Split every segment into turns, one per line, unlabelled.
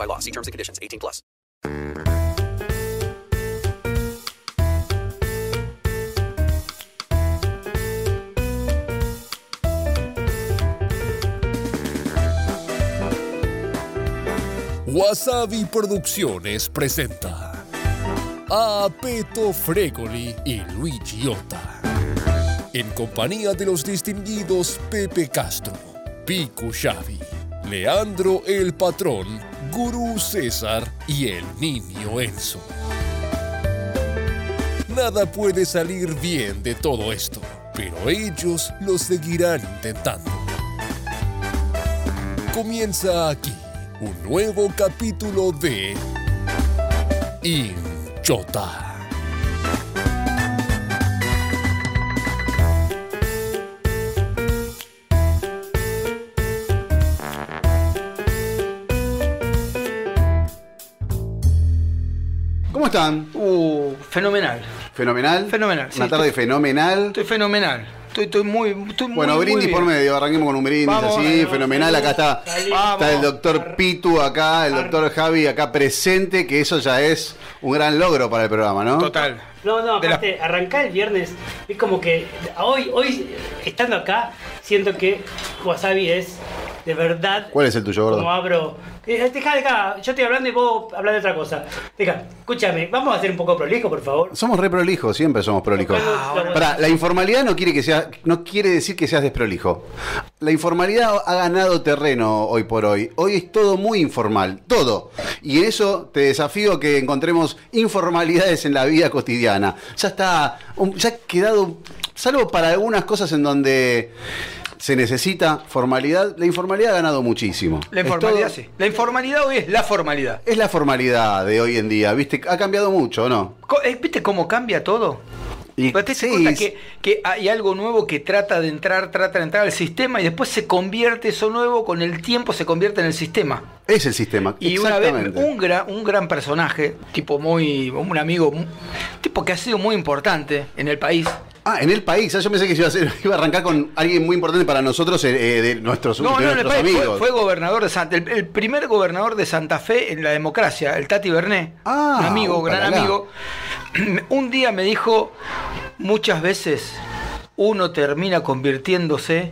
by law. See terms and conditions. 18 plus.
Wasabi Producciones presenta a Peto Fregoli y Luigi Otta. En compañía de los distinguidos Pepe Castro, Pico Xavi, Leandro el Patrón, Gurú César y el Niño Enzo. Nada puede salir bien de todo esto, pero ellos lo seguirán intentando. Comienza aquí un nuevo capítulo de Inchota.
¿Cómo están?
Uh, fenomenal.
¿Fenomenal?
Fenomenal, sí,
Una tarde
estoy-
fenomenal.
Estoy fenomenal. Estoy, estoy muy, estoy muy-
bueno,
muy
brindis
bien.
por medio, arranquemos con un brindis
Vamos,
así,
vamos,
fenomenal. Acá está,
Vamos.
está el doctor Pitu acá, el doctor Javi acá presente, que eso ya es un gran logro para el programa, ¿no?
Total.
No, no,
De la-
aparte, arrancar el viernes es como que hoy, hoy estando acá, siento que Wasabi es de verdad.
¿Cuál es el tuyo, gordo?
Como abro. eh, Deja, deja, yo estoy hablando y vos hablás de otra cosa. Deja, escúchame, vamos a hacer un poco prolijo, por favor.
Somos re prolijos, siempre somos prolijos.
Ah, bueno.
Pará, la informalidad no quiere que sea, no quiere decir que seas desprolijo. La informalidad ha ganado terreno hoy por hoy. Hoy es todo muy informal, todo. Y en eso te desafío que encontremos informalidades en la vida cotidiana. Ya está, un- ya ha quedado, salvo para algunas cosas en donde se necesita formalidad, la informalidad ha ganado muchísimo.
La
Es
informalidad,
todo-
sí. La informalidad hoy es la formalidad.
Es la formalidad de hoy en día, ¿viste? Ha cambiado mucho, ¿no?
Co- eh, ¿Viste cómo cambia todo?
Y-
Pero te das
sí,
cuenta que, que hay algo nuevo que trata de entrar, trata de entrar al sistema y después se convierte eso nuevo, con el tiempo se convierte en el sistema.
es el sistema.
Y una vez,
exactamente.
un gran, un gran personaje, tipo muy, un amigo, un tipo que ha sido muy importante en el país.
Ah, en el país. Ah, Yo pensé que se iba a, hacer- iba a arrancar con alguien muy importante para nosotros, eh, eh, de nuestros, de
No, no, en el
nuestros
país
amigos.
fue, fue gobernador de Santa, el, el primer gobernador de Santa Fe en la democracia, el Tati Berné,
Ah,
un amigo,
upa,
gran
la, la.
amigo. Un día me dijo, muchas veces uno termina convirtiéndose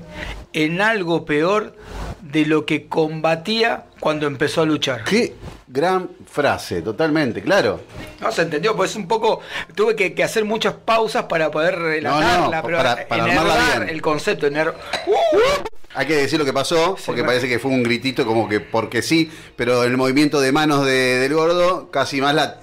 en algo peor de lo que combatía cuando empezó a luchar.
Qué gran frase, totalmente, claro.
No se entendió, pues es un poco. Tuve que, que hacer muchas pausas para poder relatarla,
no,
pero
para- para armarla
enervar
bien.
el concepto. Ener...
Hay que decir lo que pasó, porque
claro.
parece que fue un gritito como que porque sí, pero el movimiento de manos de- del gordo, casi más la,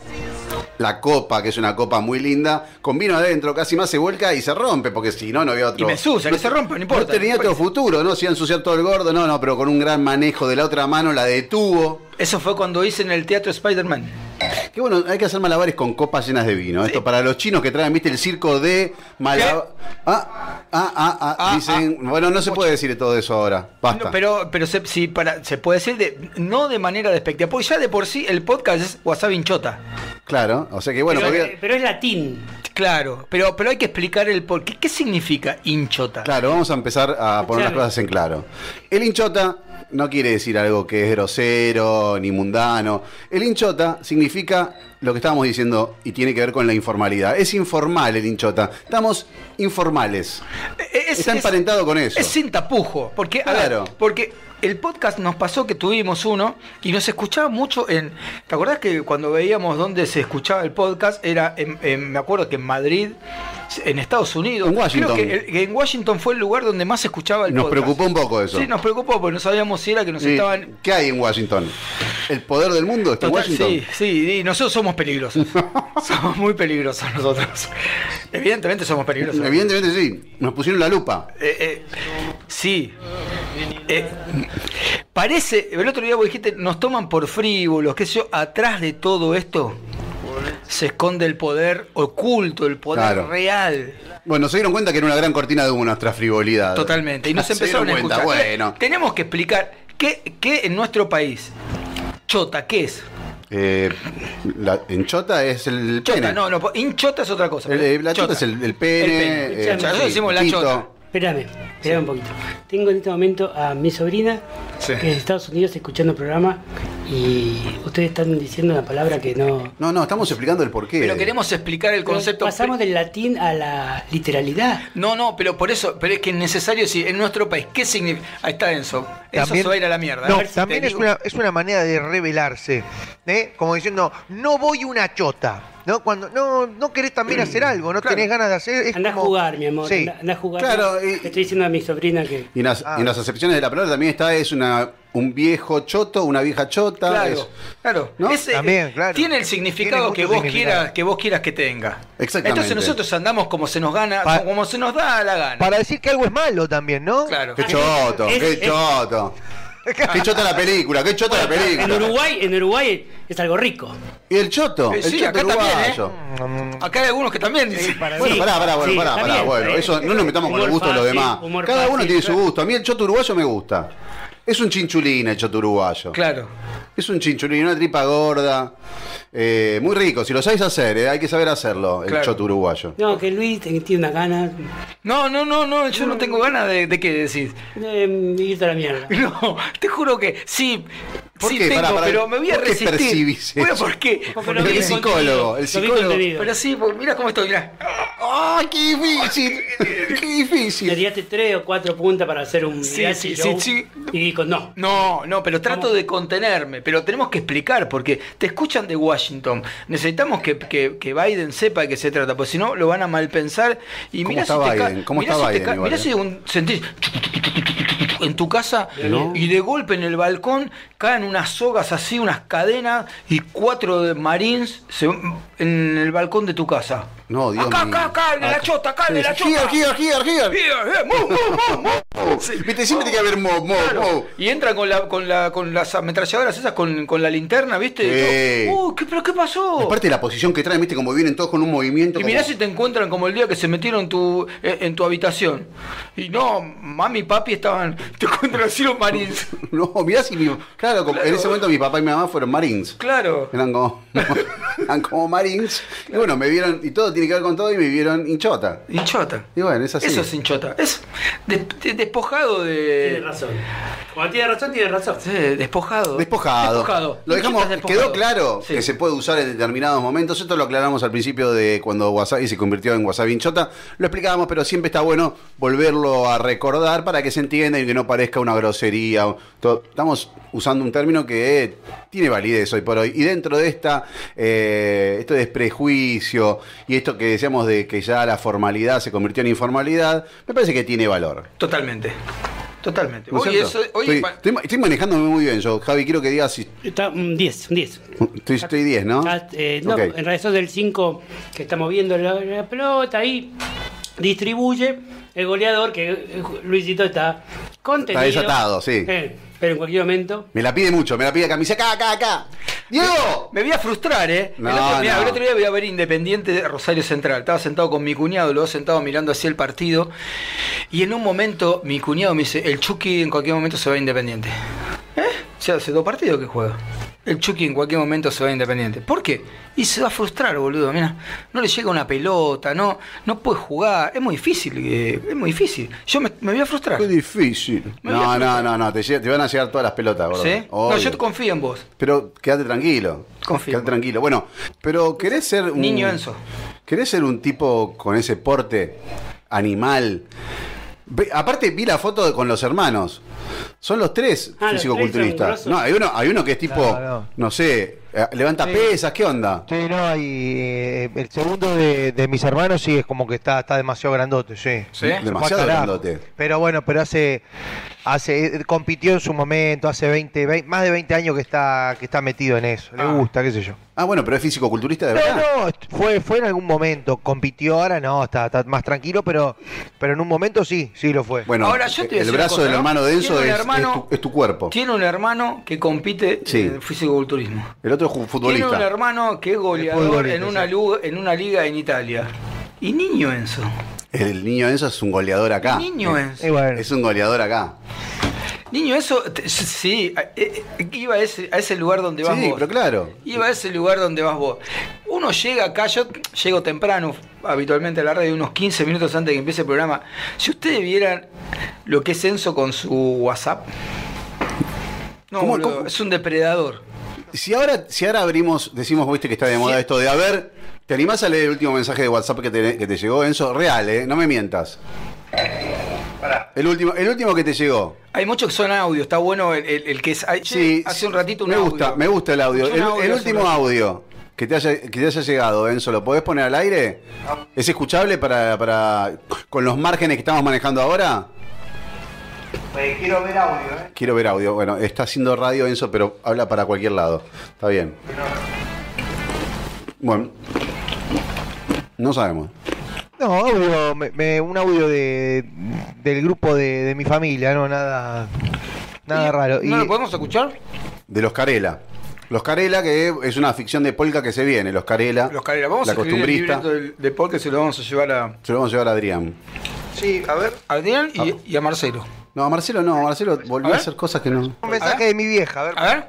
la copa, que es una copa muy linda, con vino adentro, casi más se vuelca y se rompe, porque si no, no había otro.
Y me ensucia, que se rompa, no importa.
No tenía otro futuro, ¿no? Si iba a ensuciar todo el gordo, no, no, pero con un gran manejo de la otra mano la detuvo.
Eso fue cuando hice en el teatro Spider-Man.
Qué bueno, hay que hacer malabares con copas llenas de vino. Esto para los chinos que traen, viste, el circo de malabares. Ah, ah, ah, ah,
Ah,
dicen. bueno, no se puede decir todo eso ahora. Basta.
No, pero pero se, sí, para, se puede decir de, no de manera despectiva, porque ya de por sí el podcast es Wasabi Hinchota.
Claro, o sea que bueno,
pero,
eh,
porque-
pero es latín.
Claro, pero, pero hay que explicar el por qué. ¿Qué significa hinchota?
Claro, vamos a empezar a poner las
Escuchame.
cosas en claro. El hinchota no quiere decir algo que es grosero ni mundano. El hinchota significa lo que estábamos diciendo y tiene que ver con la informalidad. Es informal el hinchota. Estamos informales.
Es-
Está
Eh, es-
emparentado con eso.
Es sin tapujo, porque, a
Claro.
ver, porque el podcast nos pasó que tuvimos uno y nos escuchaba mucho en. ¿Te acordás que cuando veíamos dónde se escuchaba el podcast? Era, en- en- me acuerdo que en Madrid, en Estados Unidos.
En Washington.
Creo que, el- que en Washington fue el lugar donde más se escuchaba el
Nos
podcast.
preocupó un poco eso.
Sí, nos preocupó porque no sabíamos si era que nos
Sí.
estaban.
¿Qué hay en Washington? ¿El poder del mundo está en
Total,
Washington?
sí, sí, y nosotros somos peligrosos. somos muy peligrosos nosotros. Evidentemente somos peligrosos.
Evidentemente sí. Nos pusieron la lupa.
Eh, eh, sí. Eh, parece, el otro día vos dijiste, nos toman por frívolos, qué sé yo, atrás de todo esto se esconde el poder oculto, el poder
Claro.
real.
Bueno, se dieron cuenta que era una gran cortina de humo nuestra frivolidad.
Totalmente. Y nos
Se
empezaron a
dieron cuenta,
escuchar.
Bueno.
Entonces, Tenemos que explicar qué, qué en nuestro país. Chota, ¿qué es?
Eh, la enchota es el
Chota,
pene.
no, no, po- hinchota es otra cosa.
El- el- la chota es el, el pene.
El
eh,
Nosotros
sí,
decimos la
pito.
chota.
Espérame, espérame un poquito. Tengo en este momento a mi sobrina
Sí.
que es de Estados Unidos escuchando el programa y ustedes están diciendo una palabra que no.
No, no, estamos explicando el porqué.
Pero queremos explicar el concepto.
Pasamos del latín a la literalidad.
No, no, pero por eso, pero es que es necesario decir, en nuestro país, ¿qué significa? Ahí está Enzo. Enzo
También-
se va a ir a la mierda. ¿eh? A
No,
ver si
también
te
es
digo.
una, es una manera de rebelarse. ¿eh? Como diciendo, no voy una chota. ¿no? Cuando no, no querés también hacer algo, no
Claro.
tenés ganas de hacer. es
Andá
como-
a jugar, mi amor.
Sí.
Andá, andá a jugar.
Claro,
Le
y-
Estoy diciendo a mi sobrina que.
Y en
Ah.
las, y en las acepciones de la palabra también está, es una, un viejo choto, una vieja chota.
Claro,
es-
claro.
¿No?
Ese,
También, claro.
Tiene el
Tiene
significado
mucho
que vos
significado.
quieras, que vos quieras que tenga.
Exactamente.
Entonces nosotros andamos como se nos gana,
Pa-
como se nos da la gana.
Para decir que algo es malo también, ¿no?
Claro.
Qué choto,
Es-
qué
es-
choto. Qué chota la película, qué chota la
En
película.
Uruguay, en Uruguay es algo rico.
Y el choto,
Eh,
el
sí,
choto
acá también, ¿eh?
uruguayo.
Acá hay algunos que también dicen.
Bueno,
Sí,
pará, pará, bueno,
sí,
pará,
está
pará,
bien,
bueno,
está
eso
bien.
no nos metamos con
Humor
el gusto de los
fácil,
demás.
humor
Cada uno
fácil,
tiene su
claro.
gusto. A mí el choto uruguayo me gusta. Es un chinchulín el choto uruguayo.
Claro.
Es un chinchulín, una tripa gorda. Eh, muy rico, si lo sabéis hacer, eh, hay que saber hacerlo, el
Claro.
choto uruguayo.
No, que Luis te- tiene unas ganas
No, no, no, no, yo no tengo ganas de, de qué decir.
de mm, irte a la mierda.
No, te juro que sí,
¿Por
sí
qué?
tengo,
Pará, pará,
pero me voy a
¿por qué
resistir.
percibís
Bueno,
eso?
¿por qué?
Porque
Pero
lo vi
el
en contenido,
psicólogo, el
lo vi en
psicólogo-
contenido.
Pero sí, mira cómo estoy, mirá.
¡Ay, qué difícil! ¡Qué
Le
difícil!
tiraste tres o cuatro puntas para hacer un
Sí,
reality
sí, sí,
show
sí.
y dijo no.
No, no, pero trato
¿Cómo?
de contenerme, pero tenemos que explicar, porque te escuchan de Washington. Necesitamos que, que- que Biden sepa de qué se trata, porque si no lo van a malpensar. Y
¿Cómo
mirá
está
si te ca-
Biden? ¿Cómo
mirá
está
si te
Biden
ca-
igual,
mirá
eh?
si un, sentís en tu casa
No.
y de golpe en el balcón caen unas sogas así, unas cadenas y cuatro de marines se- en el balcón de tu casa.
No, Dios
acá,
mío.
acá, acá, el de la
Acá.
chota, acá, el de la
Sí,
chota.
Here, here, here, here.
Here, here, mu, mu, mu, mu. Sí.
Viste, siempre tiene que haber mo, mo, mo.
Y entran con, la, con, la, con las ametralladoras esas, con, con la linterna, ¿viste? Y
Sí.
todo, "Uy, ¿qué, ¿Pero qué pasó?
Aparte de la posición que traen, viste, como vienen todos con un movimiento.
y mirá
como-
si te encuentran como el día que se metieron en tu, eh, en tu habitación. Y no, mami y papi estaban. Te encuentran así los marines.
No, mirá si mi... Claro, como- en ese momento mi papá y mi mamá fueron marines.
Claro.
Eran como, eran como marines. Y bueno, me vieron, y todo tiene que ver con todo, y me vieron hinchota.
Hinchota.
Y bueno, es así.
Eso es hinchota. Es de- de- despojado
Tiene
de.
razón. Cuando tiene razón, tiene razón.
Sí, despojado.
Despojado.
Despojado.
Lo dejamos,
Hinchotas despojadas.
quedó claro
Sí.
que se puede usar en determinados momentos. Esto lo aclaramos al principio de cuando Wasabi se convirtió en Wasabi hinchota. Lo explicábamos, pero siempre está bueno volverlo a recordar para que se entienda y que no parezca una grosería. o todo. Estamos usando un término que eh, tiene validez hoy por hoy. Y dentro de esta, eh, esto de prejuicio y esto que decíamos de que ya la formalidad se convirtió en informalidad, me parece que tiene valor.
Totalmente. Totalmente.
¿No es
Hoy
cierto?
eso- hoy
estoy,
pa-
estoy ma- estoy manejándome muy bien yo, Javi. Quiero que digas si
Está un 10, un 10.
Estoy, estoy 10, ¿no?
Ah, eh, no,
Ok.
en realidad sos del 5 que está moviendo la, la pelota y distribuye el goleador que eh, Luisito está contenido.
Está desatado, sí.
Eh, pero en cualquier momento.
Me la pide mucho, me la pide camisa acá, acá, acá. ¡Diego!
Me voy a frustrar, ¿eh?
No,
el, otro, mirá,
no.
el otro día voy a ver Independiente de Rosario Central. Estaba sentado con mi cuñado, lo dos sentado mirando hacia el partido. Y en un momento, mi cuñado me dice: El Chucky en cualquier momento se va a Independiente. ¿Eh? O sea, hace dos partidos que juega. El Chucky en cualquier momento se va a Independiente. ¿Por qué? Y se va a frustrar, boludo. Mira, no le llega una pelota, no, no puede jugar. Es muy difícil, eh, es muy difícil. Yo me, me voy a frustrar.
Qué difícil.
Me voy
No,
a-
no, no, no, te, lle- te van a llegar todas las pelotas, gordo.
¿Sí? No,
Obvio.
yo te confío en vos.
Pero quédate tranquilo.
Confío.
Quédate tranquilo. Bueno, pero querés ser un.
Niño Enzo.
¿Querés ser un tipo con ese porte animal? Ve- aparte, vi la foto de- con los hermanos. Son los tres
Ah, los tres
fisicoculturistas.
son
no, hay uno, hay uno que es tipo,
Claro.
no sé, eh, levanta
Sí.
pesas, ¿qué onda?
Sí, no, y eh, el segundo de, de mis hermanos sí es como que está, está demasiado grandote, sí.
¿Sí?
Va
Demasiado
carajo.
grandote.
Pero bueno, pero hace, hace, eh, compitió en su momento, hace 20, 20 más de 20 años que está, que está metido en eso. Le
Ah.
gusta, qué sé yo.
Ah, bueno, pero es fisicoculturista de
No,
verdad.
no, fue, fue en algún momento, compitió, ahora no, está, está más tranquilo, pero, pero en un momento sí, sí lo fue.
Bueno, eh,
Ahora, yo te voy a
el
decir una
brazo
cosa,
del
¿no?
hermano de Enzo
Tiene un
es, es
hermano-
tu, es tu cuerpo.
Tiene un hermano que compite
Sí.
en fisicoculturismo.
El otro es un
Tiene un
futbolista.
hermano que es goleador
futbolista,
en una,
sí.
lu- en una liga en Italia. Y niño Enzo.
El niño Enzo es un goleador acá.
Niño Enzo.
eh,
Y bueno,
Es un goleador acá.
Niño, eso, te- sí, eh, eh, iba a ese, a ese lugar donde vas
Sí,
vos.
pero claro.
Iba a ese lugar donde vas vos. Uno llega acá, yo llego temprano, habitualmente a la radio, unos 15 minutos antes de que empiece el programa. Si ustedes vieran lo que es Enzo con su WhatsApp. No,
¿Cómo-
boludo,
cómo?
es un depredador.
Si ahora, si ahora abrimos, decimos, viste que está de moda
Sí.
esto de, a ver, ¿te animás a leer el último mensaje de WhatsApp que te, que te llegó, Enzo? Real, ¿eh? No me mientas. El último, el último que te llegó.
Hay muchos que son audio, está bueno el, el- el que es. ay,
Sí,
hace un ratito un
Me
audio.
gusta, me gusta el audio.
Escuché
El,
un
el
hace un
último
ratito.
audio que te, haya, que te haya llegado, Enzo, ¿lo podés poner al aire? ¿Es escuchable para, para- con los márgenes que estamos manejando ahora?
quiero ver audio, ¿eh?
Quiero ver audio. Bueno, está haciendo radio Enzo, pero habla para cualquier lado. Está bien. Bueno. No sabemos.
No, audio, me- me- un audio de, del grupo de, de mi familia, no, nada, nada raro.
¿No
Y-
lo podemos escuchar?
De los Carela. Los Carela, que es una ficción de polka que se viene. Los Carela.
Los Carela, vamos
la
a escribir el
costumbrista.
libreto del, del podcast y lo vamos a llevar a
Se lo vamos a llevar a Adrián.
sí, a ver.
Adrián y,
Ah.
y a Marcelo.
No, a Marcelo no. Marcelo volvió a,
A ver.
hacer cosas que no.
Un mensaje de mi vieja, a ver.
A ver,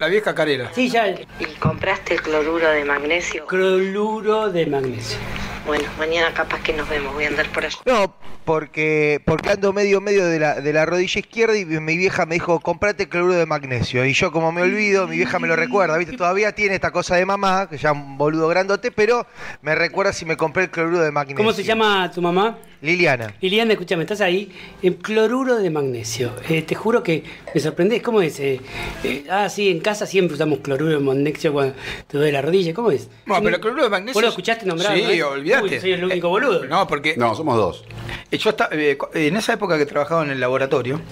la vieja Carela.
Sí, ya.
¿Y compraste el cloruro de magnesio?
Cloruro de magnesio.
Bueno, mañana capaz que nos vemos, voy a andar por allá.
No, porque, porque ando medio medio de la, de la rodilla izquierda y mi vieja me dijo, comprate cloruro de magnesio. Y yo como me olvido, mi vieja me lo recuerda, ¿viste? Todavía tiene esta cosa de mamá, que ya un boludo grandote, pero me recuerda si me compré el cloruro de magnesio.
¿Cómo se llama tu mamá?
Liliana.
Liliana, escúchame, estás ahí. Eh, cloruro de magnesio. Eh, te juro que me sorprendés. ¿Cómo es? Eh, eh, ah, sí, en casa siempre usamos cloruro de magnesio cuando te duele la rodilla. ¿Cómo es?
Bueno, pero el cloruro de magnesio.
¿Vos lo escuchaste nombrar?
Sí,
¿no?
olvídate.
Uy, soy el único boludo.
Eh, No, porque
No, somos dos.
eh, yo esta- eh, cu- en esa época que trabajaba en el laboratorio,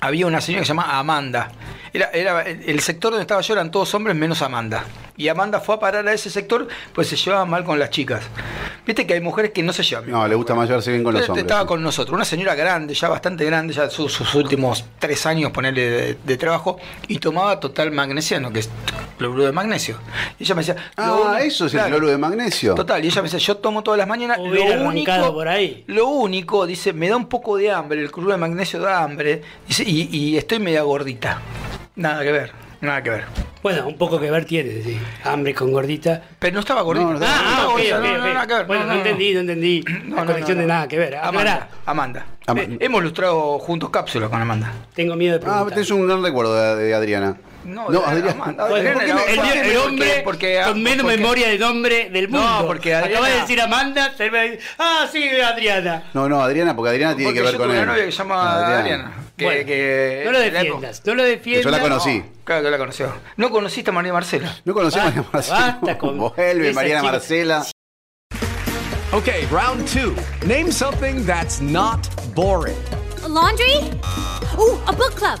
había una señora que se llamaba Amanda. Era, era el el sector donde estaba yo eran todos hombres menos Amanda. Y Amanda fue a parar a ese sector pues se llevaba mal con las chicas. Viste que hay mujeres que no se llevan. bien
No, le gusta más llevarse bien con los
Pero
hombres.
Este, Estaba con nosotros, una señora grande, ya bastante grande, ya sus, sus últimos tres años ponerle de, de trabajo, y tomaba total magnesiano, que es cloruro de magnesio. Y ella me decía,
Ah,
lo único-
eso es el
claro,
cloruro de magnesio.
Total, y ella me decía, yo tomo todas las mañanas.
Hubiera
lo único,
arrancado por ahí.
Lo único, dice, me da un poco de hambre, el cloruro de magnesio da hambre, dice, y, y estoy media gordita. Nada que ver, nada que ver.
Bueno, un poco que ver tiene, sí. Hambre con gordita.
Pero no estaba gordita.
No, no estaba-
estaba
Ah, ok,
gordita,
ok,
no, no,
ok.
nada que ver.
Bueno, no, entendí, no entendí.
No,
la
no, no,
conexión
no.
de nada que ver.
Amanda.
Aclará.
Amanda.
Ama-
Eh, hemos lustrado juntos cápsulas con Amanda.
Tengo miedo
Ah,
de preguntar.
tenés un gran recuerdo de, de Adriana.
Adrián,
Adriana.
Amanda,
Bueno,
Adrián
¿por qué me-
era-
el,
¿por qué
el
porque-
hombre
porque- ah,
con menos
porque-
memoria de nombre del
No,
mundo.
porque
Acaba
Adriana-
de decir Amanda, se me- ah, sí, Adriana.
No, no, Adriana, porque Adriana tiene
porque
que ver
yo
con
tuve
él.
una novia que se llama
Ah,
Adriana. Que,
Bueno,
que-
no lo
en la época-
defiendas, no lo defiendas.
Yo la conocí.
Claro que la conoció. No conociste a María Marcela.
No conocí a María
Basta,
Marcela.
basta con
Vuelve
esa
Mariana
chica.
Marcela.
Okay, round two. Name something that's not boring.
laundry? Ooh, a book club.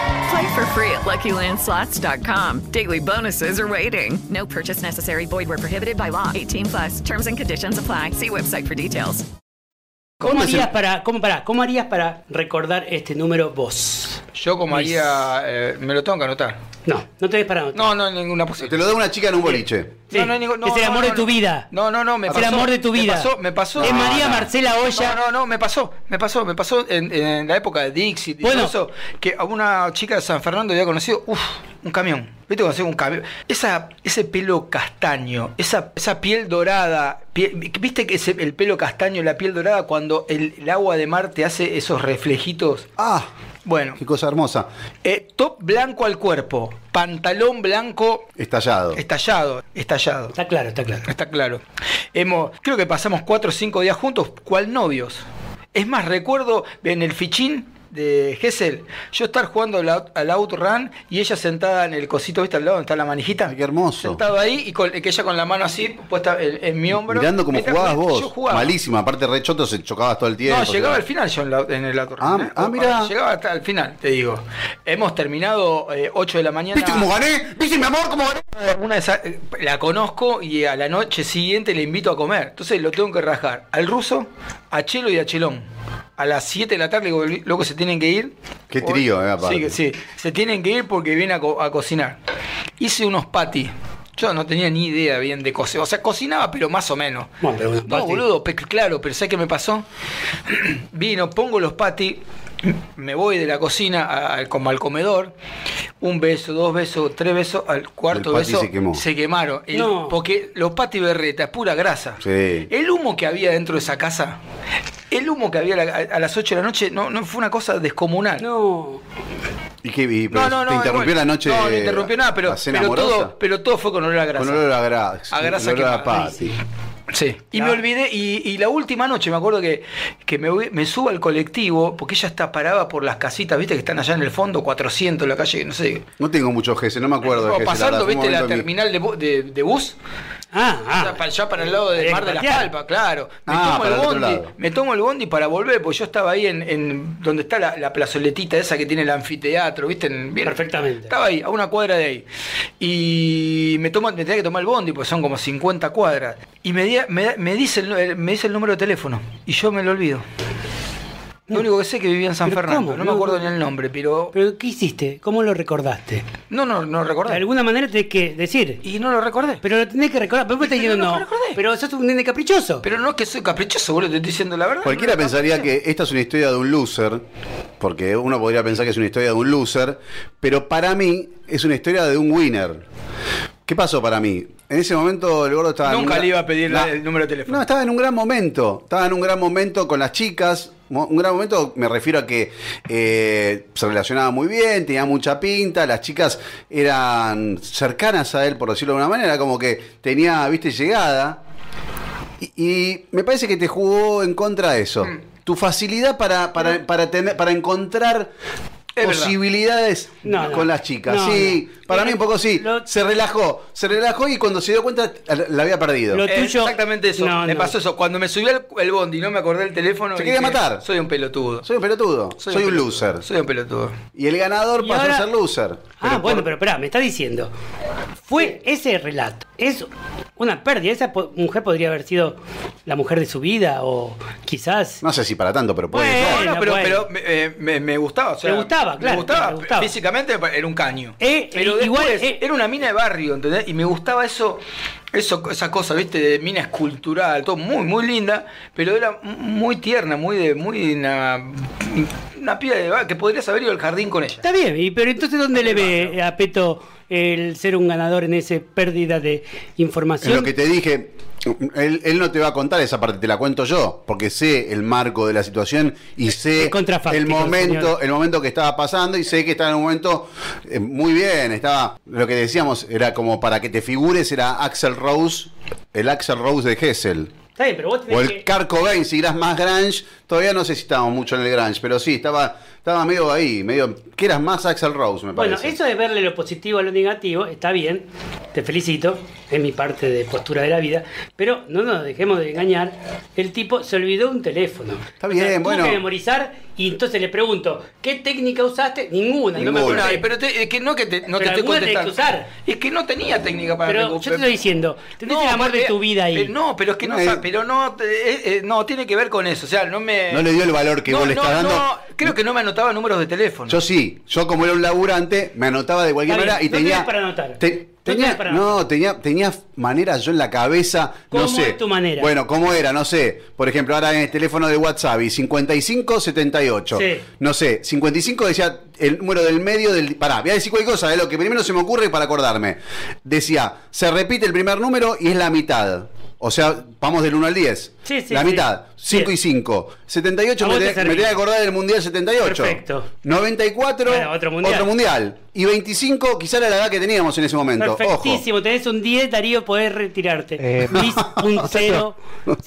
Play for free at LuckyLandSlots.com. Daily bonuses are waiting. No purchase necessary. Void where prohibited by law. 18 plus. Terms and conditions apply. See website for details.
¿Cómo harías, para, cómo, pará, ¿Cómo harías para recordar este número vos?
Yo comería. eh, me lo tengo que anotar.
No, no te des para
No, no, ninguna
Te
posibilidad.
lo da una chica en un boliche.
Sí.
No, no, ningún- no,
es el
no,
amor
no,
de tu
no.
vida.
No, no, no, me
Es
pasó.
el amor de tu vida.
Me pasó, me pasó.
Es María Marcela Olla.
No, no, no, me pasó. Me pasó, me pasó en, en la época de Dixie. y todo
Bueno.
eso, que a una chica de San Fernando había conocido, uff, un camión. ¿Viste cuando hacía un camión? Esa, ese pelo castaño, esa, esa piel dorada. pie- ¿Viste que ese- el pelo castaño, la piel dorada, cuando el, el agua de mar te hace esos reflejitos?
Ah,
bueno.
Qué cosa hermosa.
Eh, top blanco al cuerpo, pantalón blanco
Estallado.
Estallado, estallado. Está
claro, está claro.
Está claro. Hemos, creo que pasamos cuatro o cinco días juntos, cual novios. Es más, recuerdo en el fichín de Gessel, yo estar jugando al out- al Outrun y ella sentada en el cosito, ¿viste al lado donde está la manijita?
Qué hermoso.
Estaba ahí y con- que ella con la mano así puesta en, en mi hombro.
Mirando como
Mientras
jugabas
yo
vos.
jugaba.
Malísima. Aparte, re choto, se chocabas todo el tiempo.
No, llegaba al
al
final yo en, la- en el Outrun. ¿eh?
ah, mirá.
Llegaba hasta el final, te digo. Hemos terminado eh, 8 de la mañana.
¿Viste cómo gané? ¿Viste mi amor cómo gané?
Una de esas- eh, la conozco y a la noche siguiente le invito a comer. Entonces lo tengo que rajar al ruso, a Chelo y a Chelón. A las 7 de la tarde digo, loco, se tienen que ir.
Qué trío, eh, aparte.
Sí, que- sí. Se tienen que ir porque viene a, co- a cocinar. Hice unos patis. Yo no tenía ni idea bien de cocinar. O sea, cocinaba, pero más o menos.
Bueno, pero unos
No,
patis.
boludo, pe- claro, pero ¿sabes qué me pasó? Vino, pongo los patis, me voy de la cocina a- al- como al comedor, un beso, dos besos, tres besos, al cuarto
El pati
beso
se quemó.
quemaron. El-
No.
Porque los patis berreta es pura grasa.
Sí.
El humo que había dentro de esa casa, el humo que había a, la- a las 8 de la noche, no, no fue una cosa descomunal.
No.
¿Y qué? y- pero ¿Te interrumpió
igual.
la noche?
No, no interrumpió nada, pero,
la cena
pero
amorosa?
todo, pero todo fue con olor a grasa.
Con olor a grasa.
A grasa
olor a
quemada.
pati.
Sí. Y me olvidé, y, y la última noche me acuerdo que, que me, voy- me subo al colectivo, porque ella está parada por las casitas, viste, que están allá en el fondo, 400 en la calle, no sé.
No tengo muchos jefes, no me acuerdo de
Estaba
jefes. verdad,
pasando,
fue un
viste, la
momento en mi-
terminal de, bu- de- de bus.
Ah,
allá para, allá para el lado del
Tenés
Mar
que
de las
patear.
Palpas, claro. Me,
Ah,
tomo el
para el otro
bondi,
lado.
me tomo el bondi para volver, porque yo estaba ahí en, en donde está la, la plazoletita esa que tiene el anfiteatro, viste, en- bien-
Perfectamente.
estaba ahí, a una cuadra de ahí. Y me, toma, me tenía que tomar el bondi, porque son como 50 cuadras. Y me, di- me, da- me dice el, nu- el- me dice el número de teléfono. Y yo me lo olvido. Lo único que sé es que vivía en San
¿Pero
Fernando.
cómo?
No me
No,
acuerdo
no.
ni el nombre, pero.
¿Pero qué hiciste? ¿Cómo lo recordaste?
No, no, no
De
recordaba.
alguna manera tenés que decir.
Y no lo recordé.
Pero lo tenés que recordar. Pero vos estás diciendo no. Pero sos un nene caprichoso.
Pero no es que soy caprichoso, boludo, te estoy diciendo la verdad.
Cualquiera
no lo recordé.
pensaría que esta es una historia de un loser, porque uno podría pensar que es una historia de un loser, pero para mí es una historia de un winner. ¿Qué pasó para mí? En ese momento el gordo estaba... en un
Nunca
gran-
le iba a pedir la-
No.
el número de teléfono.
No, estaba en un gran momento. Estaba en un gran momento con las chicas. Mo- Un gran momento, me refiero a que eh, se relacionaba muy bien, tenía mucha pinta, las chicas eran cercanas a él, por decirlo de una manera, como que tenía, viste, llegada. Y, y me parece que te jugó en contra de
Mm.
eso. Tu facilidad para, para, para, tener, para encontrar
Es verdad.
posibilidades
No, no.
con las chicas.
No,
sí,
no.
para
Lo-
mí un poco sí.
lo-
Se relajó, se relajó y cuando se dio cuenta la- la había perdido.
Lo
Eh,
tuyo.
Exactamente eso.
No,
me
no.
pasó eso. Cuando me subí al el bondi y no me acordé el teléfono.
Se quería
dije,
matar.
Soy un pelotudo.
Soy un pelotudo, soy, un,
pelotudo.
loser.
Soy un pelotudo.
Y el ganador
Y
pasó
ahora-
a ser loser.
Ah, bueno, pero espera, me está diciendo. Fue ese relato. Es una pérdida. Esa po- mujer podría haber sido la mujer de su vida o quizás.
No sé si para tanto, pero puede
Bueno,
ser.
No, no, pero,
bueno.
pero me, eh, me- me gustaba. o sea,
Te gustaba, claro,
Me gustaba.
te gustaba.
Físicamente era un caño.
Eh,
pero
eh, igual,
después,
eh.
era una mina de barrio, ¿entendés? Y me gustaba eso, eso esa cosa, ¿viste? De mina escultural, todo muy, muy linda, pero era muy tierna, muy de. Muy una, una piba de barrio que podrías haber ido al jardín con ella.
Está bien, y, pero entonces ¿dónde le ve a Peto el ser un ganador en esa pérdida de
En lo
información?
que te dije, él, él no te va a contar esa parte, te la cuento yo, porque sé el marco de la situación y sé
es contrafáctico,
el momento,
señor.
el momento que estaba pasando y sé que estaba en un momento eh, muy bien, estaba lo que decíamos era como para que te figures era Axel Rose, el Axel Rose de Hessel.
Está bien, pero vos
O
tenés
el
que...
Carco Bain, si eras más Grange, todavía no sé si estábamos mucho en el Grange, pero sí, estaba, estaba medio ahí, medio que eras más Axel Rose, me
Bueno,
parece.
eso de verle lo positivo a lo negativo está bien, te felicito, es mi parte de postura de la vida, pero no nos dejemos de engañar, el tipo se olvidó un teléfono. Está
bien, bueno.
que memorizar y entonces le pregunto, ¿qué técnica usaste? Ninguna, y no me
Ninguna.
acordé.
Ay, pero te- es que no que te, no
Pero
te estoy
alguna tenés que
contestando.
usar.
Es que no tenía técnica para
Pero yo
recuperar.
te estoy diciendo, tenés el amor de
porque-
tu vida ahí.
pero no, pero es que no,
eh, No,
sa-
eh.
pero no, eh, eh, no tiene que ver con eso, o sea, no me
No le dio el valor que
No,
vos le
no,
estás dando,
no,
que
Creo que no me anotaba números de teléfono.
Yo sí, yo como era un laburante, me anotaba de cualquier
Está
manera y
bien, no
tenía.
tenías para anotar.
te- tenía,
tenías para
no, tenía, tenía maneras yo en la cabeza. no
¿Cómo
sé.
es tu manera?
Bueno, ¿cómo era? No sé. Por ejemplo, ahora en el teléfono de WhatsApp y 5578.
Sí.
No sé, 55 decía el número del medio del. Pará, voy a decir cualquier cosa, es lo que primero se me ocurre para acordarme. Decía, se repite el primer número y es la mitad. O sea, vamos del 1 al 10.
Sí, sí,
la
sí.
mitad, 5 y 5. 78,
A
me,
vos te
tenía- me
servía.
tenía que acordar del Mundial 78.
Perfecto.
94,
Bueno, otro mundial.
Y 25, quizá era la edad que teníamos en ese momento. Ojo.
Perfectísimo, tenés un 10, Darío, podés retirarte.
Eh,
10.0.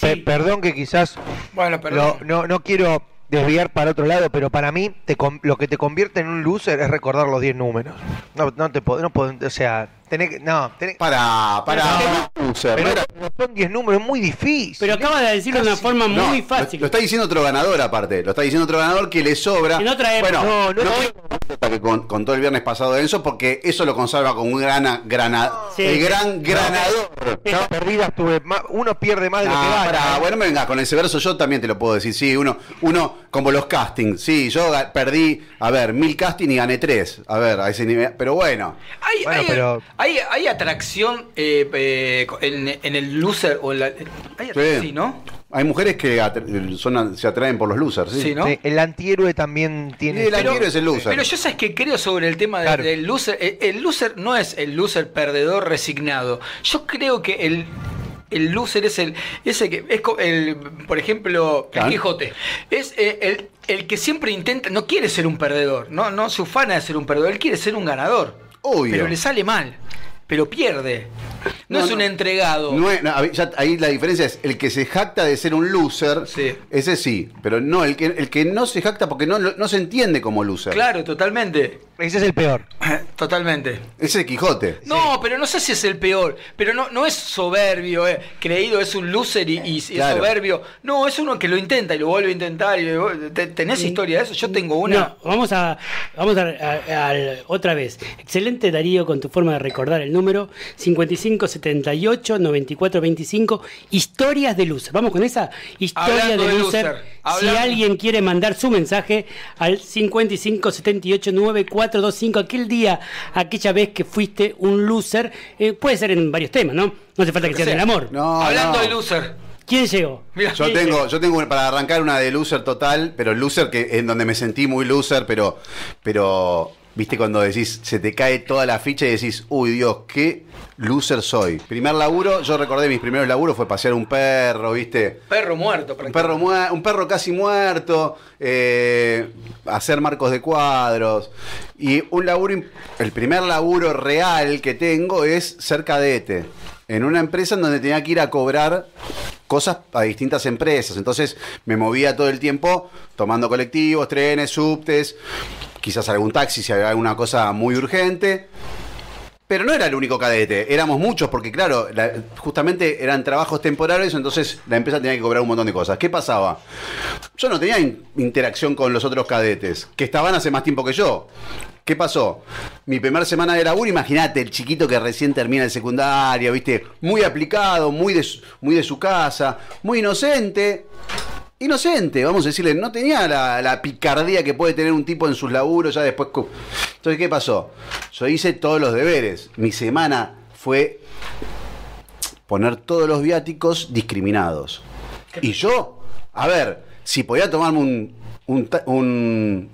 Pe- Perdón que quizás
bueno,
lo- no, no quiero desviar para otro lado, pero para mí te con- lo que te convierte en un loser es recordar los 10 números. No, no te puedo, no pod- o sea, tenés que, no, tenés
Para, para, loser,
pero
no era-
son 10 números, es muy difícil.
Pero acaba de decirlo de una forma
No,
muy
lo-
fácil.
Lo, está diciendo otro ganador aparte. Lo está diciendo otro ganador que le sobra.
En otra época.
Bueno,
No,
no,
no es-
quiero contar que con- contó el viernes pasado Enzo porque eso lo conserva como un gran granador. el gran granador.
Esas perdidas tuve más- uno pierde más de lo que
Ah,
gana.
pará,
¿eh?
bueno, me vengas con ese verso, yo también te lo puedo decir. Sí, uno, uno como los castings. Sí, yo ga- perdí, a ver, mil castings y gané tres. A ver, a ese nivel. Pero bueno.
Hay,
Bueno,
hay-
pero-
hay- hay atracción eh, eh, en, en el loser o en la. eh, Hay
Sí.
atracción, sí, ¿no?
Hay mujeres que atra- son- se atraen por los losers, ¿sí?
Sí, ¿no? Sí,
el antihéroe también tiene. este
Y el antihéroe es el loser.
Pero yo sabes que creo sobre el tema de-
Claro.
del loser. Eh, El loser no es el loser perdedor resignado. Yo creo que el. El loser es el, es el que, es co- el, por ejemplo,
Claro.
el Quijote. Es eh, el, el que siempre intenta, no quiere ser un perdedor, no, no se ufana de ser un perdedor, él quiere ser un ganador.
Obvio.
Pero le sale mal, pero pierde. No,
No,
es un
no.
entregado.
No es- no, a ver, ya ahí la diferencia es el que se jacta de ser un loser, ese sí, pero no, el que, el que no se jacta porque no, lo- no se entiende como loser.
Claro, totalmente.
Ese es el peor.
Totalmente.
Ese es Quijote.
No, pero no sé si es el peor. Pero no, no es soberbio, eh. creído, es un loser y, y es
Claro.
soberbio. No, es uno que lo intenta y lo vuelve a intentar. y lo vuelve- ¿Te- ¿Tenés historia de eso? Yo tengo una.
No, vamos a, vamos a, a- al- otra vez. Excelente Darío con tu forma de recordar el número 55 78 94 25 historias de loser. Vamos con esa historia
Hablando
de
de
loser.
loser,
Si
hablando-
alguien quiere mandar su mensaje al 55 78 94 25 aquel día, aquella vez que fuiste un loser, eh, puede ser en varios temas, ¿no? No hace falta que, sea,
sea.
del amor.
No,
Hablando
no.
de loser.
¿Quién llegó?
Yo tengo, yo tengo para arrancar una de loser total, pero loser que en donde me sentí muy loser, pero, pero viste cuando decís, se te cae toda la ficha y decís, uy Dios, qué loser soy. Primer laburo, yo recordé mis primeros laburos fue pasear un perro, viste.
Perro muerto,
Un perro, mua- un perro casi muerto, eh, hacer marcos de cuadros. Y un laburo, im- el primer laburo real que tengo es ser cadete. En una empresa en donde tenía que ir a cobrar cosas a distintas empresas. Entonces me movía todo el tiempo tomando colectivos, trenes, subtes, quizás algún taxi si había alguna cosa muy urgente. Pero no era el único cadete, éramos muchos, porque claro, la- justamente eran trabajos temporales, entonces la empresa tenía que cobrar un montón de cosas. ¿Qué pasaba? Yo no tenía in- interacción con los otros cadetes, que estaban hace más tiempo que yo. ¿Qué pasó? Mi primera semana de laburo, imagínate, el chiquito que recién termina el secundario, viste, muy aplicado, muy de su- muy de su casa, muy inocente, inocente, vamos a decirle, no tenía la, la picardía que puede tener un tipo en sus laburos ya después. cu- Entonces, ¿qué pasó? Yo hice todos los deberes. Mi semana fue poner todos los viáticos discriminados. Y yo, a ver, si podía tomarme un- un ta- un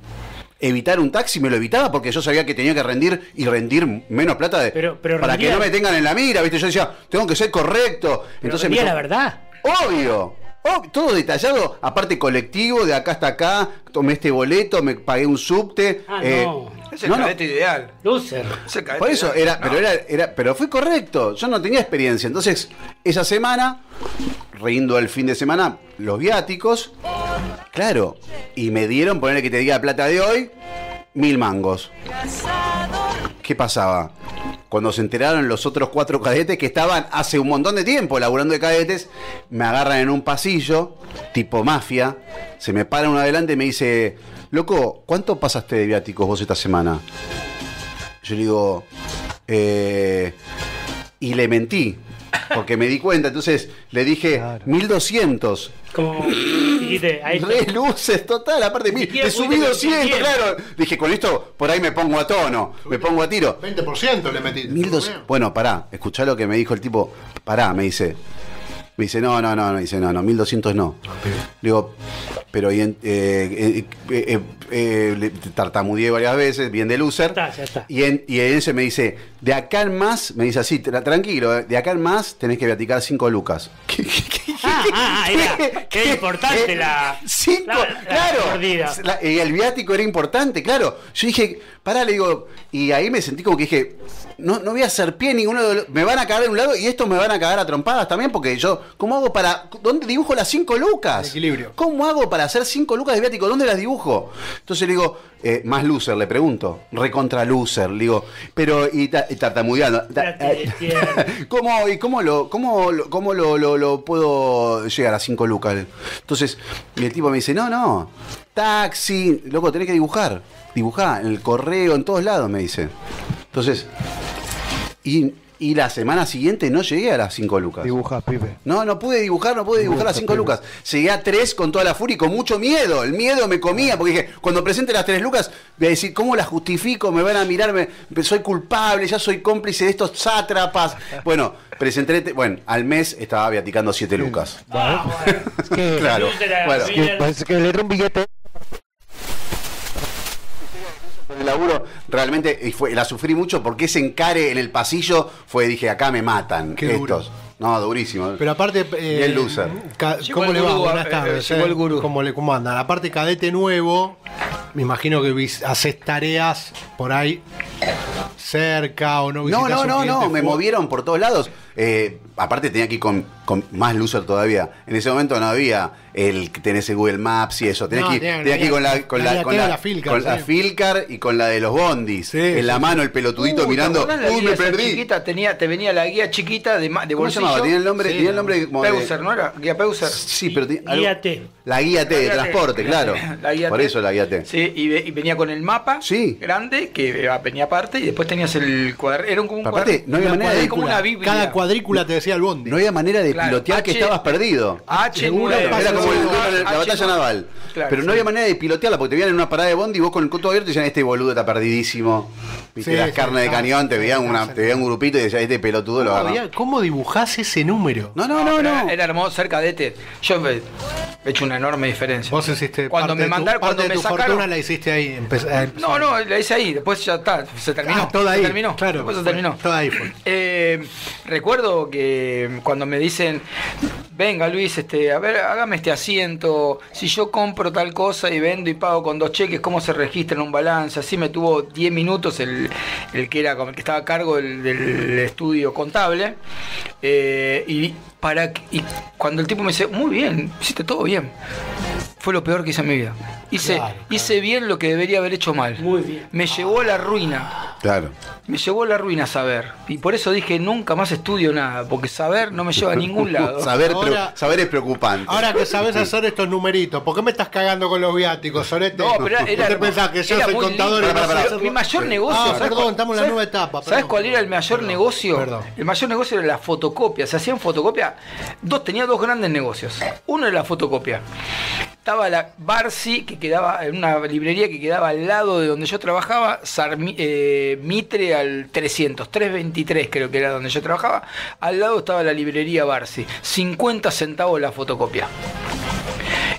evitar un taxi, me lo evitaba porque yo sabía que tenía que rendir y rendir menos plata de, para
rendía-
que no me tengan en la mira, ¿viste? Yo decía, tengo que ser correcto. Entonces me
rendía
to-
la verdad.
Obvio. Ob- todo detallado, aparte colectivo, de acá hasta acá, tomé este boleto, me pagué un subte.
Ah,
eh,
no.
Es el
no, no.
cadete ideal.
Loser.
Es el cadete
Por eso
ideal.
era, pero era, era, pero fui correcto. Yo no tenía experiencia. Entonces, esa semana, rindo el fin de semana, los viáticos, claro, y me dieron, ponerle que te diga la plata de hoy, mil mangos. ¿Qué pasaba? Cuando se enteraron los otros cuatro cadetes que estaban hace un montón de tiempo laburando de cadetes, me agarran en un pasillo, tipo mafia, se me para uno adelante y me dice, loco, ¿cuánto pasaste de viáticos vos esta semana? Yo le digo, eh, y le mentí, porque me di cuenta, entonces le dije, 1200.
Como dijiste, ahí está.
Re luces, total. Aparte, mira,
siquiera
he subido
fuiste con
100,
100.
claro. Dije, con esto por ahí me pongo a tono, me pongo a tiro.
20% le metiste.
1200. Bueno, pará, escuchá lo que me dijo el tipo. Pará, me dice. Me dice, no, no, no, me dice, no, no, 1200 no.
Ah,
Digo, pero y en- eh, eh, eh, eh, eh, le- tartamudeé varias veces, bien de loser. Y, en, y en ese me dice, de acá en más, me dice así, tra- tranquilo, eh, de acá en más tenés que beaticar 5 lucas.
Ah, ah, ah, era, era importante la.
Eh, Cinco,
la- la
claro.
mordida.
La- eh, el viático era importante, claro. Yo dije, pará, le digo, y ahí me sentí como que dije, no, no voy a hacer pie en ninguno de los. Me van a cagar de un lado y estos me van a cagar a trompadas también, porque yo, ¿cómo hago para. ¿Dónde dibujo las cinco lucas? equilibrio. ¿Cómo hago para hacer cinco lucas de viático? ¿Dónde las dibujo? Entonces le digo, eh, más loser, le pregunto. Recontra loser, le digo, pero. Y, ta- y tartamudeando. ta- eh, ¿Cómo, y cómo, lo, cómo, lo, cómo lo, lo- lo puedo llegar a 5 lucas? Entonces, y el tipo me dice, no, no, taxi, loco, tenés que dibujar. Dibujá, en el correo, en todos lados, me dice. Entonces, y, y la semana siguiente no llegué a las 5 lucas.
Dibujás, pibe.
No, no pude dibujar, no pude dibujar las 5 lucas. Llegué a 3 con toda la furia y con mucho miedo. El miedo me comía, porque dije, cuando presente las 3 lucas, voy a decir, ¿cómo las justifico? Me van a mirar, me- me- soy culpable, ya soy cómplice de estos sátrapas. Bueno, presenté, te- bueno, al mes estaba viaticando 7 lucas.
Ah,
Ah,
Es que,
Claro, Ah, bueno.
es que, parece que le dio un billete.
Con el laburo, realmente y fue- la sufrí mucho porque ese encare en el pasillo fue, dije, acá me matan
Qué duro.
estos. No, durísimo.
Pero aparte. eh,
Bien loser.
ca- ¿Cómo
el
le va?
gurú,
Buenas
eh,
tardes.
llegó
eh.
el
¿Cómo, le, ¿Cómo andan? Aparte, cadete nuevo. Me imagino que vis- haces tareas por ahí cerca o no
No,
visitas
no,
un
no,
cliente
no, me
fu-
movieron por todos lados. Eh, aparte tenía que ir con, con más loser todavía. En ese momento no había el que tenés el Google Maps y eso. Tenés
No,
que ir,
tenía-
tenía que ir con la, con
tenía
la,
que
con
ir a
la,
la Filcar,
con la
sí.
Filcar y con la de los bondis. en la mano el pelotudito
Uh, ¿te
mirando,
acordás la
uy,
guía
me
esa
perdí.
Chiquita, tenía, te venía la guía chiquita de, ma- de
¿Cómo se
bolsillo.
llamaba? Tenía el nombre- tenía el nombre como de-
Peuser, ¿no era? Guía Peuser.
Sí, pero tenía algo- Guía T. La guía T de
La guía
transporte,
T.
claro.
La guía
Por
T.
eso la guía T.
Sí, y, ve- y venía con el mapa grande, que eh, venía aparte, y después tenías el cuadro. Era un- como un
Aparte,
cuadra-
no había
una
manera de
cuadrícula, como una biblia.
Cada cuadrícula te decía el bondi.
No había manera de
Claro,
pilotear que
H-
estabas perdido.
H9.
Era como el-
H9.
la batalla naval.
Ah, Claro,
pero no
sí.
había manera de pilotearla porque te veían en una parada de bondi y vos con el coto abierto y decían, este boludo está perdidísimo. Viste
Sí,
las
sí,
carnes de
claro.
cañón, te veían, una, te veían un grupito y decían, este pelotudo lo
¿Cómo,
agarra.
había- ¿Cómo dibujás ese número?
No, no, no,
Era, era hermoso, cerca de este. Yo me- he hecho una enorme diferencia. Vos
hiciste
cuando me mandaron, cuando me
tu
sacaron.
fortuna la hiciste ahí. empe- eh, a empezar.
No, no, la hice ahí, después ya está, se terminó.
Ah, todo
se
ahí,
terminó.
claro.
Después se
Fue-
terminó.
todo ahí fue.
Eh, recuerdo que cuando me dicen, venga Luis, este, a ver, hágame este asiento, si yo compro tal cosa y vendo y pago con dos cheques, ¿cómo se registra en un balance? Así me tuvo 10 minutos el, el que era como el que estaba a cargo del, del estudio contable. Eh, y para que- y cuando el tipo me dice, muy bien, hiciste todo bien. Fue lo peor que hice en mi vida. Hice, hice bien lo que debería haber hecho mal. Muy bien. Me llevó a la ruina.
Claro.
Me llevó a la ruina saber. Y por eso dije, nunca más estudio nada, porque saber no me lleva a ningún lado.
saber, pero-
Ahora-
saber es preocupante.
Ahora que sabes hacer estos numeritos, ¿por qué me estás cagando con los viáticos, Sorete?
No, pero era-
¿Usted
era hermoso.
pensás que yo
Era
soy
muy
contador
lindo.
y no sé
Pará,
hacer-
pará. Mi mayor
Sí.
negocio.
Ah,
¿sabes
perdón,
cuál-
estamos en la
¿sabes-
nueva etapa.
¿Sabes cuál era el mayor negocio?
Perdón.
El mayor negocio era la fotocopia. Se hacían fotocopias. Dos, tenía dos grandes negocios. Uno era la fotocopia. Estaba la Barsi, que quedaba en una librería que quedaba al lado de donde yo trabajaba, Sarmi- eh, Mitre al 300, 323 creo que era donde yo trabajaba. Al lado estaba la librería Barsi, 50 centavos la fotocopia.